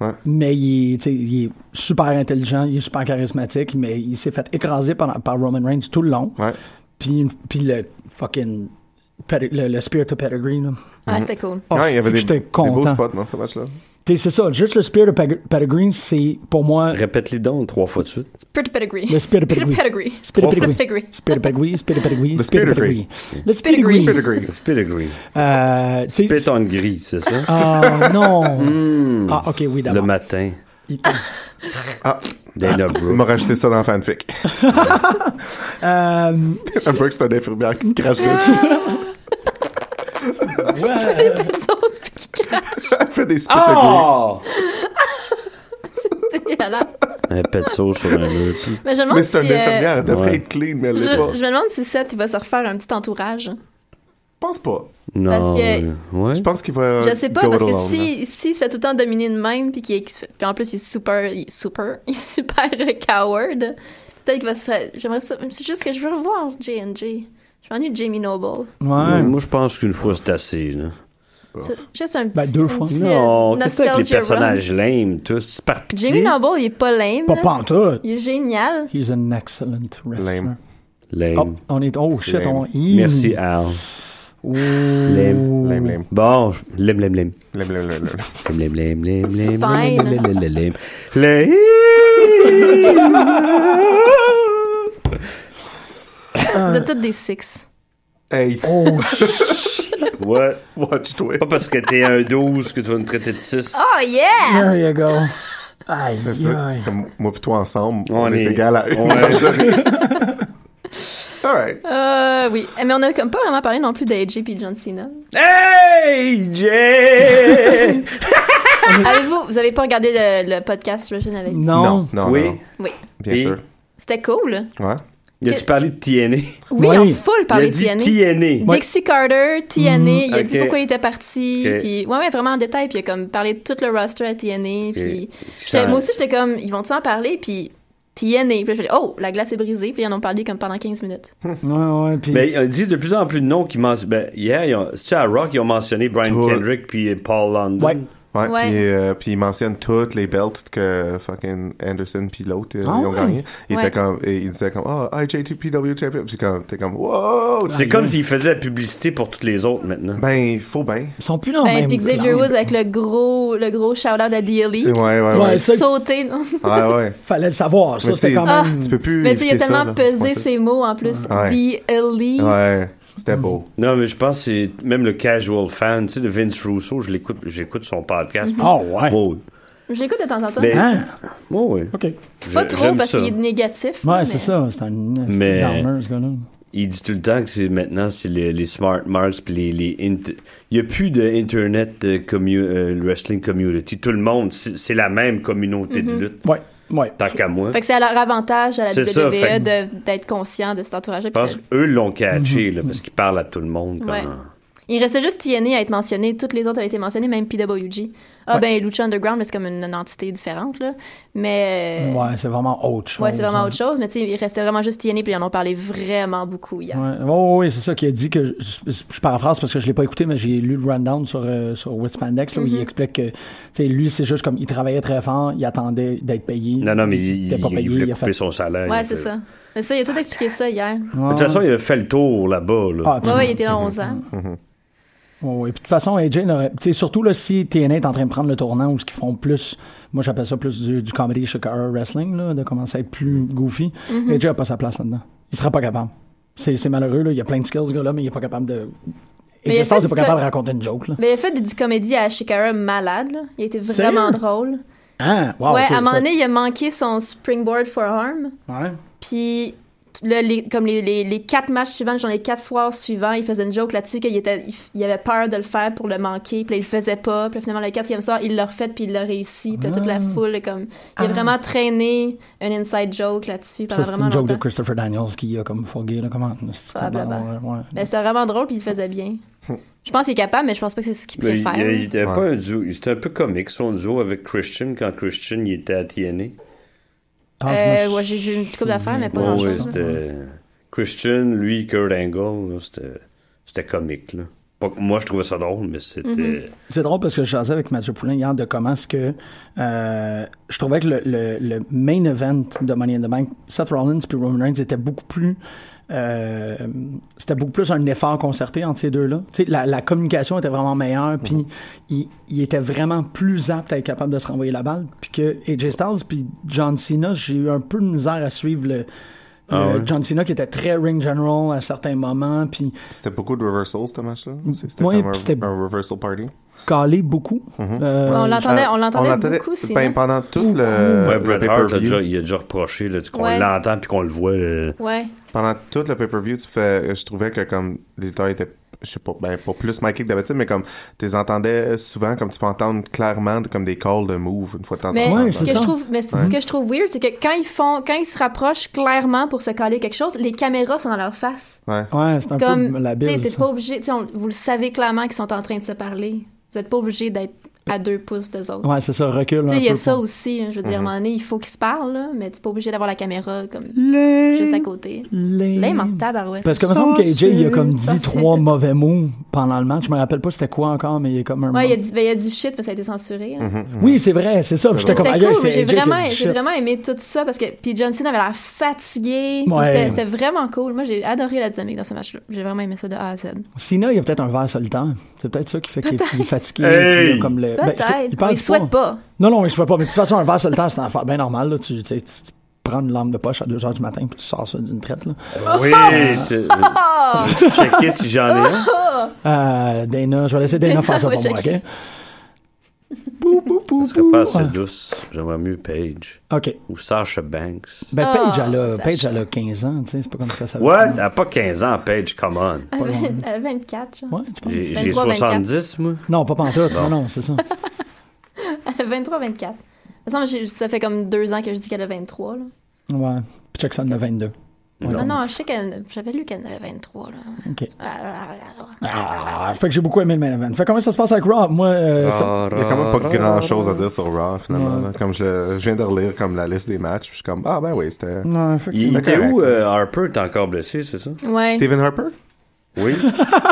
E: Ouais.
B: mais il est, tu sais, il est super intelligent, il est super charismatique, mais il s'est fait écraser par, par Roman Reigns tout le long.
E: Ouais.
B: Puis, une- puis le fucking... pedi- le, le spear to pedigree, là.
D: Ah, c'était cool.
B: Oh,
E: Ouais, il y
B: c'est
E: avait
B: que
E: des,
B: j'étais
E: des beaux
B: content.
E: spots dans ce match-là.
B: Tu sais, C'est ça, juste le spear to pedi- pedigree, c'est pour moi...
C: Répète-les donc trois fois de suite.
D: Spirit pedigree.
B: Le spear to
D: Spirit
B: pedigree.
D: pedigree.
B: Spear to pedigree.
D: Spirit pedigree.
B: Spear to pedigree, spear to pedigree,
E: Le
B: spear to
E: spear to
B: pedigree. Le spear to
D: pedigree.
B: pedigree.
E: Pedigree.
C: Spit agree.
B: Euh, c'est-
C: Spit on gris, c'est ça?
B: Ah, non!
C: Hmm.
B: Ah, ok, oui,
C: le
B: d'abord.
C: matin.
E: Ah,
C: Dana
E: il
C: Brooke.
E: m'a rajouté ça dans le fanfic.
B: Euh,
E: un peu que c'est un infirmière qui te crache dessus.
B: ouais.
D: Sauce pis qui crache.
E: Elle fait des
B: Oh!
E: spit
D: C'est dégueulasse.
C: Un pet de sauce sur un mur. puis-
D: Mais je me demande
E: Mais c'est
D: si,
E: une
D: euh,
E: infirmière, elle devrait
C: ouais.
E: être clean, mais elle
D: je,
E: l'est pas.
D: je me demande si Seth, il va se refaire un petit entourage.
E: Je pense pas.
C: Non.
D: que-
C: euh, ouais.
E: Je pense qu'il va.
D: Je sais pas,
E: go
D: parce
E: it
D: que
E: alone, hein.
D: si, si il se fait tout le temps dominer de même, puis, qu'il est- puis en plus il est super, il est super, il est super coward, peut-être qu'il va se... J'aimerais ça... C'est juste que je veux revoir J&J. Je m'ennuie de Jamie Noble.
B: Ouais.
C: Moi, je pense qu'une fois, c'est assez. Là.
D: C'est Juste un petit...
B: Ben, deux
D: un
B: fois.
D: petit, euh,
C: Oh. Non, qu'est-ce que c'est avec les
D: nostalgia run.
C: personnages lame, tous? C'est par pitié.
D: Jamie Noble, il est pas lame.
B: Pas
D: là.
B: pantoute.
D: Il est génial.
B: He's an excellent wrestler.
E: Lame.
C: Lame.
B: Oh, on est. Oh shit,
E: Lame.
B: on.
C: Merci, Al.
B: Ouh.
C: Lame.
E: Lame, lame,
C: Bon, je- lame, lame, lame.
E: lame, lame, lame, lame.
C: Lame, lame, lame, lame, lame,
D: Fine.
C: lame, lame, lame, lame, lame. Lame.
D: Vous êtes tous des six.
E: Hey,
B: Oh,
C: Ouais,
E: watch-toi.
C: pas parce que t'es un 12 que tu vas me traiter de 6.
D: Oh yeah!
B: there you go. Aïe, aïe.
E: Comme Moi pis toi ensemble,
C: On
E: on, est,
C: est-
E: égal à une. Alright.
D: Euh, oui. Eh, Mais on a comme pas vraiment parlé non plus d'AJ puis de John Cena.
C: Hey, Jay!
D: Avez-vous... Vous avez pas regardé le, le podcast, j'imagine, avec...
B: Non.
E: Non, non,
C: Oui.
E: non.
D: Oui.
E: Bien
C: Et-
E: sûr.
D: C'était cool.
E: Ouais.
C: Il a-tu parlé de TNA?
D: Oui,
B: Oui.
D: en full
C: Il a
D: parler de
C: dit E.
D: TNA.
C: TNA.
B: Ouais.
D: Dixie Carter, TNA, il a
C: Mhm. Ok.
D: dit pourquoi il était parti,
C: Ok.
D: puis ouais, ouais, vraiment en détail, puis il a comme parlé de tout le roster à TNA, puis j'étais- moi aussi j'étais comme, ils vont-tu en parler, puis TNA, puis là, je fais, oh, la glace est brisée, puis ils en ont parlé comme pendant 15 minutes.
B: Ouais, ouais. Puis,
C: Mais ils disent de plus en plus de noms qui mentionnent. Ben, hier, ils ont- c'est-tu à Rock, ils ont mentionné Brian
E: Toi.
C: Kendrick puis Paul London.
B: ouais.
E: Ouais,
D: Ouais.
E: Puis, euh, puis il mentionne toutes les belts que fucking Anderson puis l'autre euh,
B: Ah
E: ils ont
B: ouais?
E: gagné. Il
D: Ouais.
E: était comme, et il disait comme, oh, IJTPW champion. Puis comme, t'es comme, wow!
C: C'est comme s'ils faisaient la publicité pour toutes les autres maintenant.
E: Ben, il faut bien.
B: Ils sont plus dans le
D: Ben,
B: même.
D: puis Xavier
B: clan.
D: Woods avec le gros, le gros shout-out à
E: Ouais,
D: DLE,
E: ouais, ouais.
B: Ouais,
E: Ouais,
B: ça,
D: sauté, non?
E: ouais. ouais.
B: fallait le savoir. Ça,
E: Mais
B: c'était
E: c'est-
B: quand
D: Ah.
B: même.
E: Tu peux plus.
D: mais tu sais, il a
E: éviter ça,
D: tellement
E: là, c'est
D: pesé
E: pas
D: ses mots en plus, E.
E: Ouais.
D: DLE.
E: ça. Ouais, c'était beau.
C: Non, mais je pense que c'est même le casual fan, tu sais, de Vince Russo, je l'écoute, j'écoute son podcast.
D: Mhm. Ah.
B: Oh, ouais.
C: Oh,
D: Je l'écoute de temps en temps.
C: Ben,
B: Hein?
C: oh, oui.
B: OK. Ouais,
C: Je-
D: pas trop
C: j'aime
D: parce
C: ça.
D: qu'il est négatif. mais-
B: c'est ça. C'est un nasty
C: Mais-
B: downer, ce gars-là.
C: Il dit tout le temps que c'est maintenant c'est les, les smart marks puis les, les int- il y a plus de internet euh, commu- euh, wrestling community. Tout le monde c'est c'est la même communauté de lutte.
B: Ouais, ouais.
C: Tant qu'à moi.
D: Mm-hmm. Fait que c'est à leur avantage à la
C: C'est ça,
D: WWE
C: fait
D: de- d'être conscient de cet entourage-là.
C: Je pense
D: puis de-
C: qu'eux l'ont
B: Mm-hmm.
C: catché là, parce qu'ils parlent à tout le monde.
D: Ouais.
C: quand-
D: Il restait juste TNA à être mentionné. Toutes les autres avaient été mentionnées, même PWG. Ah, Ah ben Lucha Underground, mais c'est comme une, une entité différente, là. Mais euh,
B: Ouais, c'est vraiment autre chose.
D: ouais, c'est vraiment
B: hein.
D: autre chose. Mais tu sais, il restait vraiment juste TNA, puis ils en ont parlé vraiment beaucoup hier.
B: Ouais. Oh, oui, c'est ça qui a dit que je, je paraphrase parce que je l'ai pas écouté, mais j'ai lu le rundown sur, euh, sur Wispandex là, où
C: Mm-hmm.
B: il explique que tu sais, lui, c'est juste comme il travaillait très fort, il attendait d'être payé.
C: Non, non, mais il,
B: était pas
C: il
B: payé,
C: voulait
B: il a
C: couper
B: fait-
C: son salaire.
D: Ouais,
C: il
D: c'est
C: fait-
D: ça. Mais ça, il a tout expliqué ça hier.
C: De toute façon, il a fait le tour là-bas. Là.
B: Ah,
D: Ouais,
B: absolument.
D: ouais, il était là 11 ans.
B: Ouais, ouais. Puis, de toute façon, AJ, n'aurait- tu sais, surtout là, si TNA est en train de prendre le tournant ou ce qu'ils font plus, moi j'appelle ça plus du, du comedy sugar wrestling, là, de commencer à être plus goofy,
D: Mm-hmm.
B: AJ n'a pas sa place là-dedans. Il sera pas capable. C'est c'est malheureux, là. il y a plein de skills, ce gars-là, mais il est pas capable de.
D: Mais il a
B: AJ Styles
D: fait
B: n'est
D: du
B: pas capable
D: co-
B: de raconter une joke. Là.
D: Mais il a fait du comédie à Shikara malade, là. Il était vraiment
B: Sérieux?
D: drôle.
B: Ah, wow,
D: ouais,
B: ok,
D: à un moment
B: ça-
D: donné, il a manqué son springboard forearm.
B: Ouais.
D: Puis là, les, comme les, les, les quatre matchs suivants, genre les quatre soirs suivants, il faisait une joke là-dessus qu'il était, il, f- il avait peur de le faire pour le manquer. Puis là, il le faisait pas. Puis là, finalement, le quatrième soir, il l'a refait puis il l'a réussi. Puis là, toute la foule, est comme, il a vraiment traîné un inside joke là-dessus
B: Ça,
D: pendant
B: c'est
D: vraiment Ah,
B: une joke de
D: longtemps.
B: Christopher Daniels qui a comme fogué, là, comment? c'est
D: Probablement.
B: tabarnak, ouais, ouais.
D: Mais Ben, c'était vraiment drôle puis il le faisait bien. Je pense qu'il est capable, mais je pense pas que c'est ce qu'il
C: Mais il,
D: préfère.
C: Ben, il était
E: Ouais.
C: pas un duo. il- C'était un peu comique son duo avec Christian quand Christian il était à TNA.
B: Ah, je
D: Euh,
B: me
D: ouais, j'ai vu une couple d'affaires, mais pas
C: Ouais, ouais,
D: grand-chose.
C: c'était Christian, lui, Kurt Angle, là, c'était- c'était comique. Là. Pas que moi, je trouvais ça drôle, mais c'était.
B: C'est drôle parce que je jasais avec Mathieu Poulin hier de comment est-ce que euh, je trouvais que le, le- le main event de Money in the Bank, Seth Rollins puis Roman Reigns était beaucoup plus euh, c'était beaucoup plus un effort concerté entre ces deux-là. Tu sais, La, la communication était vraiment meilleure, puis il, il était vraiment plus apte à être capable de se renvoyer la balle. Puis que AJ Styles, puis John Cena, j'ai eu un peu de misère à suivre le, le John Cena qui était très ring general à certains moments, puis
E: C'était beaucoup de reversals, ce match-là. aussi. C'était
B: Ouais,
E: comme un,
B: puis c'était-
E: un reversal party.
B: calé beaucoup. Euh,
D: On l'entendait,
C: Ah,
D: on
E: On
D: l'entendait
E: l'entendait-
D: beaucoup, c'est
E: ben, pendant tout le,
C: Ouais,
E: le
C: Bret Hart,
E: Euh, pay-per-view.
C: là, déjà- il a déjà reproché là, tu- qu'on
D: Ouais.
C: l'entend puis qu'on le voit. euh. là.
D: Ouais.
E: pendant tout le pay-per-view, tu fais, je trouvais que comme les lutteurs étaient, je sais pas, ben pas plus marqués que d'habitude, mais comme tu les entendais souvent, comme tu peux entendre clairement comme des calls de move une fois de temps
D: Mais,
E: en temps.
B: Ouais,
D: ce,
B: c'est
D: que je
B: ça.
D: trouve, mais c'est- ce que je trouve weird, c'est que quand ils font, quand ils se rapprochent clairement pour se caler quelque chose, les caméras sont dans leur face.
E: Ouais.
B: ouais, c'est un peu
D: Comme,
B: la
D: tu sais,
B: bille.
D: t'es
B: ça.
D: pas obligé, tu sais, on- vous le savez clairement qu'ils sont en train de se parler. Vous êtes pas obligé d'être à deux pouces d'eux autres.
B: Ouais, c'est ça, recul.
D: Tu
B: un
D: sais, il y a
B: peu
D: ça
B: pour-
D: aussi, hein, je veux dire, à un moment donné, il faut qu'ils se parlent, là, mais t'es pas obligé d'avoir la caméra, comme,
B: Lame.
D: juste à côté.
B: Lame.
D: Là, en tabarouette.
B: Parce que me semble qu'AJ, il a comme dit
D: Sorcier.
B: trois mauvais mots pendant le match. Je me rappelle pas c'était quoi encore, mais il est comme un.
D: Ouais, il a
B: mauvais-
D: dit, ben, il a dit shit, mais ça a été censuré, là.
B: Oui, c'est vrai, c'est ça. Puis J'étais comme
D: C'était
B: ailleurs,
D: cool, mais
B: c'est
D: j'ai
B: AJ qui
D: vraiment,
B: a dit
D: j'ai
B: shit.
D: vraiment aimé tout ça parce que puis John Cena avait l'air fatigué. puis
B: Ouais.
D: C'était c'était vraiment cool. Moi, j'ai adoré la dynamique dans ce match-là. J'ai vraiment aimé ça de A à Z.
B: ben, Sina, il a peut-être un verre solitaire. C'est peut-être ça qui fait qu'il est- il est fatigué.
C: Hey!
B: puis il a comme le... ben, je-
D: Peut-être. mais
B: pense
D: il souhaite pas.
B: Non, non, il souhaite pas. Mais de toute façon, un verre solitaire, c'est un affaire bien normal. Là. Tu, tu sais, tu- tu prends une lampe de poche à 2 h du matin puis tu sors ça d'une traite. Là.
C: Oui, t'es- euh, checker si j'en ai un.
B: Euh, Dana, je vais laisser Dana faire ça
D: Ouais,
B: pour moi,
D: j'ai-
B: OK? Pou, pou, pou,
C: Ce serait
B: pou.
C: pas assez douce. J'aimerais mieux Paige
B: OK.
C: ou Sasha Banks.
B: Ben,
D: Ah,
B: Paige, elle a,
D: Sacha.
B: Paige, elle a 15 ans, tu sais, c'est pas comme ça,
E: euh,
B: ça va.
C: What? Elle a pas 15 ans, Paige, come on.
D: Ah, À 24, genre.
B: Ouais, tu penses?
C: J'ai j'ai
D: 23,
C: 70, moi.
B: Non, pas pantoute, non, non, c'est ça.
D: 23, 24. Il me semble que j'ai- Ça fait comme deux ans que je dis qu'elle a 23. Là.
B: Ouais. Puis Jackson a 22. Ouais,
D: Non,
B: donc,
D: non, je sais qu'elle. J'avais lu qu'elle avait 23. Là.
B: OK.
D: Ah,
B: Ah, fait que j'ai beaucoup aimé le main event. Fait comment ça se passe avec Raw? Moi, euh, ça-
E: Il y a quand même pas grand chose à dire sur Raw, finalement. là. Comme je, le- je viens de relire comme la liste des matchs, puis je suis comme, ah ben oui, c'était.
B: Non, fait que-
C: Il il
E: C'était
C: était où,
E: correct. hein.
C: euh, Harper? T'es encore blessé, c'est ça?
D: Ouais.
E: Stephen Harper?
C: Oui.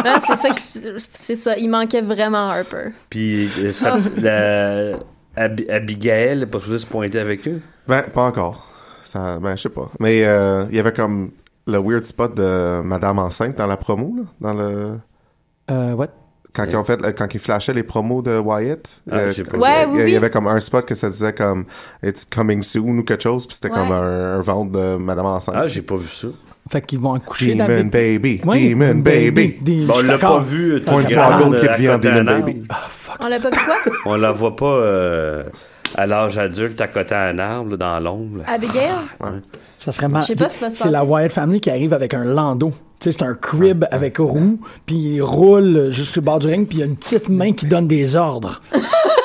D: Ah, c'est ça, que je- c'est ça. Il manquait vraiment Harper.
C: Puis euh, ça-
D: Ah.
C: la- Ab- Abigail n'est pas supposée se pointer avec eux.
E: Ben, pas encore. Ça, ben, je sais pas. Mais euh, il y avait comme le weird spot de Madame Enceinte dans la promo, là, dans le.
B: Euh, what?
E: Quand, ils ont fait, euh, quand ils flashaient les promos de Wyatt,
C: Ah,
E: euh,
C: j'ai pas
E: il
C: vu.
D: Ouais,
E: il
D: oui,
E: y,
D: oui.
E: avait comme un spot que ça disait comme It's coming soon ou quelque chose, puis c'était
D: Ouais.
E: comme un, un ventre de Madame Enceinte.
C: Ah, j'ai pas vu ça.
B: Fait qu'ils vont accoucher
E: Demon
B: d'Abigail.
E: baby,
B: Ouais,
E: Demon baby.
B: Demon-
C: Bon, on
B: je suis
C: l'a
B: d'accord.
C: pas vu. euh,
E: Point de
C: toute
E: Swaggle
C: grande,
E: qui
C: euh, à
E: devient
C: côté
E: Demon
C: d'un arbre.
E: Baby.
D: On l'a pas vu quoi?
C: On la voit pas euh, à l'âge adulte à côté d'un arbre, là, dans l'ombre. là.
D: Abigail?
B: Ça serait mal.
D: Je sais pas si ça va se
B: C'est la
D: passer.
B: Wyatt Family qui arrive avec un landau. Tu sais, c'est un crib avec roue, puis il roule jusqu'au bord du ring, puis il y a une petite main qui donne des ordres.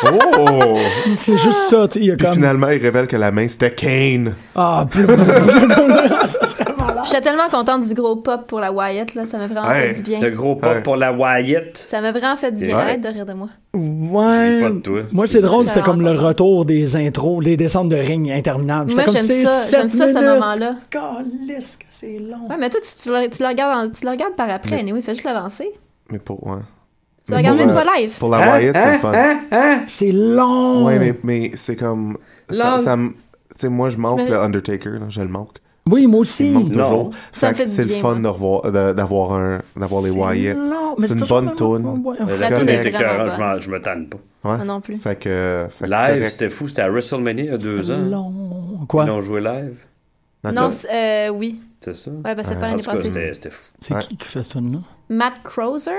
E: Oh!
B: C'est juste ça, tu sais, il y a
E: Puis
B: comme...
E: finalement, il révèle que la main, c'était Kane.
B: Ah, plus... ça serait malade.
D: J'étais tellement contente du gros pop pour la Wyatt, là. Ça m'a vraiment
E: Hey,
D: fait du bien.
C: Le gros pop
E: Ouais.
C: pour la Wyatt.
D: Ça m'a vraiment fait du bien.
C: Ouais.
D: Arrête de rire de moi.
B: Ouais.
C: Je ris pas de toi.
B: Moi, c'est drôle, c'était
D: Je
B: comme le
D: comprends.
B: retour des intros, les descentes de ring interminables. J'étais
D: Moi,
B: comme,
D: j'aime
B: c'est
D: ça,
B: sept
D: j'aime ça, ce
B: minutes.
D: moment-là.
B: Calisse que c'est long.
D: Ouais, mais toi, tu, tu le, tu le regardes, en- tu le regardes par après. Anyway, fais juste l'avancer.
E: Mais pour, ouais.
D: Tu le regardes
E: pour,
D: même
E: euh,
D: pas live.
E: Pour la
C: Hein?
E: Wyatt, c'est le fun.
B: C'est long.
E: Ouais, mais, mais c'est comme. Ça, ça me- tu sais, moi, je manque
D: Mais-
E: le Undertaker, là, je le manque.
B: Oui, moi aussi.
E: Il me manque
C: Non.
E: toujours.
D: Ça me
E: Fait
D: fait
E: que
D: du
E: c'est le
D: bien,
E: fun
D: moi.
E: de revoir- de- d'avoir un, d'avoir les Wyatt.
B: long, mais
E: C'est une
B: toujours
E: bonne
B: la même-
E: toune.
B: Ouais.
C: La
D: La
C: tune
D: tune est
C: était
D: vraiment
C: écœurante, je
D: bonne.
C: m'en- je me tanne pas.
E: Ouais.
D: Moi Ah, non plus.
E: Fait que. Fait que c'est
C: Live,
E: correct.
C: c'était fou, c'était à WrestleMania il y a
E: hein.
C: deux ans.
B: Long.
C: Ils
B: Quoi?
C: l'ont joué live,
E: Attends.
D: Non, c'est- euh, oui.
C: c'est ça?
D: Ouais,
E: Ah,
D: ben, c'est pas
C: En
D: l'année
C: tout cas,
D: passée.
C: c'était c'était fou.
B: C'est
E: Ouais.
B: qui qui fait ce tune là
D: Matt Crozer?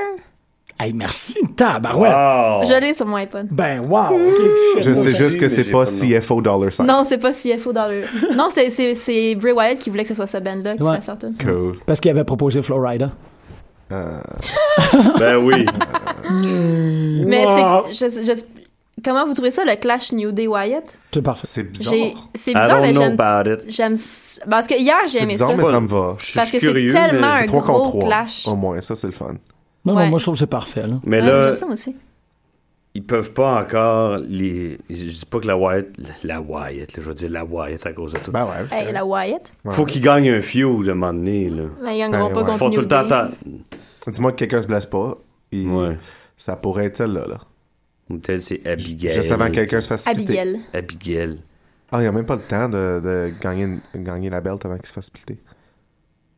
B: Hey, merci, tabarouette.
E: Ah.
C: Wow!
D: Je l'ai sur mon iPod.
B: Ben, wow, ok. shit.
E: Je sais
C: aussi,
E: juste que
C: mais
E: c'est
C: j'ai
E: pas
C: pas le nom.
E: CFO Dollar Sign.
D: Non, c'est pas CFO dans le. non, c'est- c'est c'est Bray Wyatt qui voulait que ce soit sa band-là qui
B: Ouais.
D: fasse leur tune.
E: Cool.
B: Parce qu'il avait proposé Florida.
C: Ben oui!
D: Mais
B: Wow.
D: c'est. je- je- Comment vous trouvez ça, le clash New Day Wyatt?
B: C'est parfait.
E: C'est bizarre.
D: J'ai- C'est
C: I
D: bizarre,
C: don't
D: mais
C: know
D: j'aime.
C: about it.
D: J'aime. s- Parce que hier, j'ai
E: C'est
D: aimé
E: bizarre,
D: ça.
E: mais ça me va.
C: Je suis
D: Parce que c'est
C: curieux,
D: tellement
C: mais...
D: un
E: 3
D: gros
E: contre 3.
D: clash.
E: Au moins, ça, c'est le fun.
B: Non, non,
D: Ouais.
B: moi, je trouve que c'est parfait, là.
C: Oh Mais
D: Ouais,
C: là,
D: j'aime ça moi aussi.
C: ils peuvent pas encore... Les... Je dis pas que la Wyatt... La Wyatt, là, je veux dire la Wyatt à cause de tout.
E: Ben ouais. c'est-
D: Hey, la Wyatt.
C: Faut qu'ils gagnent un feud, à un moment donné, là.
D: Ben, ils
E: Ben,
D: gagneront pas
E: ouais.
C: Ils
D: contre
C: font
D: New
C: tout le temps...
D: Day.
C: ta-
E: Dis-moi que quelqu'un se blesse pas. il-
C: Ouais.
E: Ça pourrait être celle-là. là.
C: Ou peut-être c'est Abigail.
E: Juste avant que quelqu'un se fasse splitter.
D: Abigail.
C: Abigail.
E: Ah, il n'y a même pas le temps de, de gagner, une- gagner la belt avant qu'il se fasse splitter.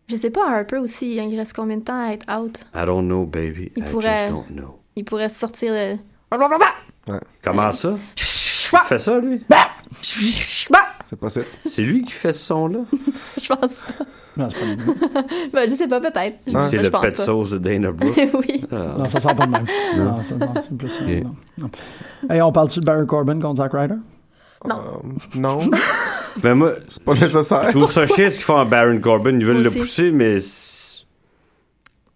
D: Je sais pas, Harper aussi, hein, il reste combien de temps à être out?
C: I don't know, baby.
D: Il
C: I
D: pourrait-
C: just don't know.
D: Il pourrait sortir le... Blablabla! Euh,
C: Comment ça? Il fait ça, lui?
D: Ben-
E: C'est possible.
C: C'est lui qui fait ce son-là?
D: Je pense pas.
B: Non, c'est pas une-
D: Ben, je sais pas, peut-être. Je,
C: Ah. C'est
D: je
C: le
D: pense
C: pet Ah.
D: pas.
C: sauce de Dana Brooke.
D: oui.
B: non, ça sort pas de même. non, ça- non, c'est plus ça. non, non. Hey, on parle-tu de Barry Corbin contre Zack Ryder?
E: Non,
C: Mais moi,
E: c'est pas nécessaire.
C: je trouve ça chier ce qu'ils font à Baron Corbin. Ils veulent
D: Moi
C: le
D: aussi.
C: pousser, mais. c'est-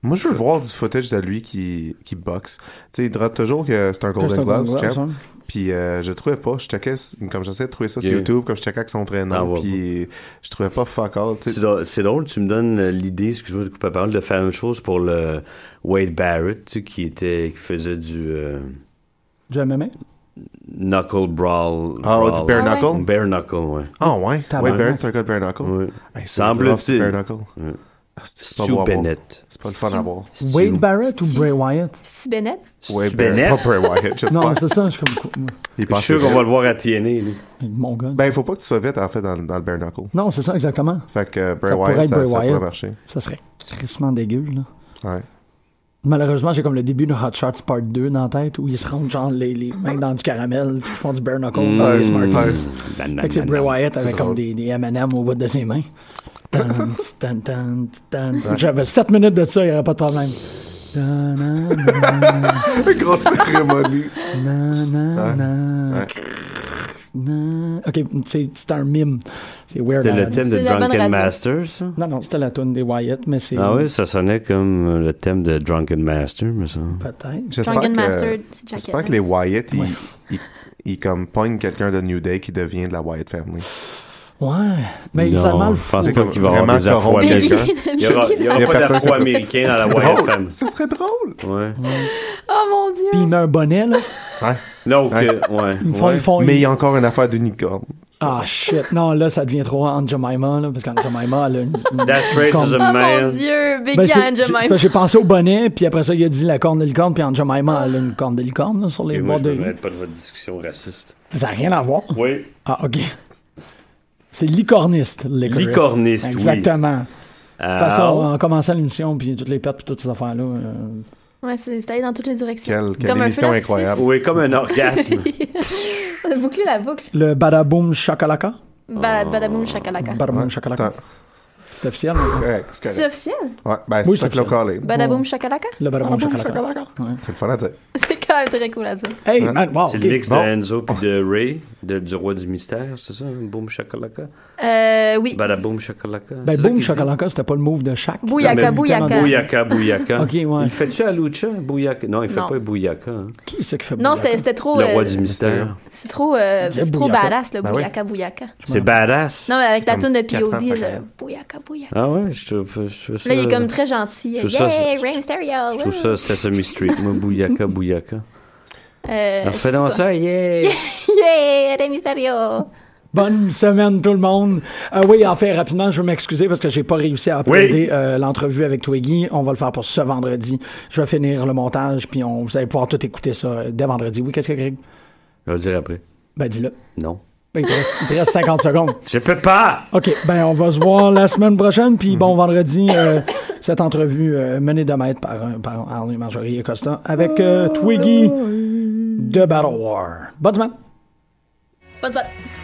E: Moi, je veux voir du footage de lui qui, qui boxe. Tu sais, il drop toujours que c'est un
B: Que c'est
E: Golden
B: un
E: Gloves,
B: Golden Gloves,
E: champ.
B: hein.
E: Puis euh, je trouvais pas. Je checkais, s- comme j'essayais de trouver ça sur
C: Yeah.
E: YouTube, comme je checkais avec son vrai
C: Ah,
E: nom.
C: ouais,
E: puis je trouvais pas fuck all. tu sais.
C: C'est drôle, c'est drôle, tu me donnes euh, l'idée, excuse-moi de couper la parole, de faire la même chose pour le Wade Barrett, tu sais, qui, était, qui faisait du euh,
B: Du MMA?
C: Knuckle Brawl.
E: Ah,
C: brawl.
E: du bare
D: Ah ouais.
E: knuckle?
C: Bare Knuckle, ouais.
E: Ah, ouais.
B: Tabarnak.
E: Wade Barrett, c'est un gars de bare knuckle.
C: Ouais.
E: Hey, c'est
C: Semble-t-il.
E: rough, ce bare knuckle.
C: Ouais.
E: Ah, c'est c'est pas
C: Stu
E: beau à voir.
C: Bennett.
E: C'est pas le fun à voir.
C: Stu-
B: Wade Barrett ou
D: Stu-
B: Bray Wyatt?
D: C'est-tu Bennett?
C: Stu
E: Wade
C: Bennett.
E: Barrett. Pas Bray Wyatt,
B: Non,
E: j'espère.
B: mais c'est ça, je suis comme.
E: Il
C: Je suis
E: passe
C: sûr qu'on
E: vite.
C: va le voir à TNA, lui.
B: Mon gars.
E: Ben, il faut pas que tu sois vite, en fait, dans, dans le bare knuckle.
B: Non, c'est ça, exactement.
E: Fait que euh, Bray
B: Ça pourrait
E: Wyatt,
B: être
E: ça,
B: Bray
E: ça
B: Wyatt.
E: pourrait marcher.
B: Ça serait crissement dégueu, là.
E: Ouais.
B: Malheureusement, j'ai comme le début de Hot Shots Part 2 dans la tête où ils se rendent genre les, les mains dans du caramel puis ils font du bare knuckle.
C: Mm.
B: dans les
E: Mm.
B: Smarties.
E: Ouais.
B: Fait que c'est Bray Wyatt avec comme
E: drôle.
B: des, des M&M au bout de ses mains. Tan, tan, tan, tan. J'avais 7 minutes de ça, il n'y aurait pas de problème. Tan, nan,
E: Grosse cérémonie.
B: nan, nan, nan.
E: Ouais.
B: Nan. Ok, c'est c'est un mime. C'est weird.
C: C'était
B: à la-
C: le thème de
D: C'est la bonne
C: Drunken
D: radio.
C: Master, ça?
B: Non, non, c'était la toune des Wyatt, mais c'est
C: Ah oui, ça sonnait comme euh, le thème de Drunken Master, mais ça.
B: peut-être.
E: J'espère
D: Drunken Master,
E: que,
D: c'est hein. Jack
E: j'espère que
D: Evans.
E: les Wyatt, ils,
B: Ouais.
E: ils, ils comme pognent quelqu'un de New Day qui devient de la Wyatt Family.
B: Ouais, mais ils
C: Non,
B: ça mal
C: je pense
B: fou.
E: C'est
C: pas
E: comme
C: qu'il va y avoir
E: vraiment
C: des afro
E: corrompu.
D: Biggie,
C: américains. ben, Il y aura,
D: Biggie
C: il y aura
E: Il y a
C: pas
E: personne qui-
C: d'afro américains dans la Wyatt
E: Drôle.
C: Femme.
E: Ça serait drôle.
C: Ouais.
D: Oh mon dieu!
B: Puis il met un bonnet, là.
E: Ouais.
C: Non, que,
E: Ouais.
C: euh, ouais.
B: Ils font,
C: ouais.
B: ils font
E: Mais il y a encore une affaire d'unicorne.
B: Ah shit, non, là ça devient trop en Jemima, là, parce qu'en Jemima, elle a une. une-
C: That's
B: une corne.
C: racism,
D: Oh mon
C: man.
D: dieu!
B: Ben,
D: Biggie
B: c'est-
D: and
B: j'ai-
D: Jemima.
B: fait, J'ai pensé au bonnet, puis après ça, il a dit la corne de licorne, puis en Jemima, elle a une corne de licorne là, sur les
C: Et moi,
B: bords
C: je ne
B: de.
C: me mêle pas de votre discussion raciste.
B: Ça n'a rien à voir.
C: Oui.
B: Ah, ok. C'est licorniste, le licoriste.
C: Licorniste, oui.
B: Exactement. De toute façon,
C: Ah,
B: en commençant l'émission, puis toutes les pertes, puis toutes ces affaires-là. euh,
D: Ouais, c'est c'est allé dans toutes les directions.
E: Quelle- quelle
D: un
E: émission
D: feu
E: incroyable.
C: oui, comme un orgasme.
D: On a bouclé la boucle.
B: Le badaboum chakalaka.
C: Oh.
D: Ba- Badaboum chakalaka.
B: Badaboum
E: C'est un-
B: chakalaka. C'est officiel, mais ça.
E: correct, c'est
D: C'est
E: correct.
D: officiel?
E: Ouais, ben,
B: Oui,
E: c'est ça
B: c'est
E: que l'on
B: ça.
E: collé.
D: Badaboum chakalaka?
B: Le badaboum chakalaka.
E: C'est le fun à dire.
D: C'est quand même très cool à dire.
B: Hey, man, wow.
C: C'est
B: ok.
C: le mix de
E: Bon.
C: Enzo puis de Ray. de- du roi du mystère, c'est ça? hein? Boom shakalaka?
D: Euh, oui.
C: Badaboom shakalaka?
B: Ben,
C: C'est ça
B: boum,
C: qu'il dit?
B: Chacalanca, c'était pas le move de Shaq.
D: Bouyaka,
C: Non, mais-
D: bouyaka.
C: Bouyaka, Bouyaka.
B: Ok, ouais.
C: Il fait-tu à Lucha? Bouyaka? Non, il fait
D: Non.
C: pas Bouyaka. hein.
B: Qui c'est qui fait
D: Non,
B: Bouyaka?
D: c'était c'était trop.
C: Le
D: euh,
C: roi du mystère.
D: C'est trop, euh,
B: Disait
D: c'est trop
B: Bouyaka.
D: badass, le
E: Ben
D: bouyaka, bouyaka.
C: C'est badass.
D: Non, mais avec la
E: comme
D: tune de
E: quatre ans de
D: POD,
E: sa
D: là,
E: carrière.
D: bouyaka, bouyaka.
C: Ah ouais, je trouve, je trouve ça...
D: Là, il est comme très gentil.
C: Je trouve ça-
D: Yeah,
C: je-
D: Rey Mysterio.
C: Je trouve ça Sesame Street, moi, Bouyaka, Bouyaka.
D: Euh,
C: Alors, fais donc ça, yeah!
D: Yeah, Rey Mysterio.
B: Bonne semaine tout le monde. Euh, oui, en fait, rapidement, je veux m'excuser parce que j'ai pas réussi à
C: Oui.
B: uploader euh, l'entrevue avec Twiggy. On va le faire pour ce vendredi. Je vais finir le montage, puis on, vous allez pouvoir tout écouter ça euh, dès vendredi. Oui, qu'est-ce que Greg?
C: Je vais le dire après.
B: Ben dis-le.
C: Non.
B: Ben, il, te reste, il te reste 50 secondes.
C: Je peux pas!
B: OK, ben on va se voir la semaine prochaine, puis
C: Mm-hmm.
B: bon, vendredi, euh, cette entrevue euh, menée de maître par, euh, par Arnaud Marjorie et Costa avec euh, Twiggy de Battle War. Bonne semaine!
D: Pas de bonne.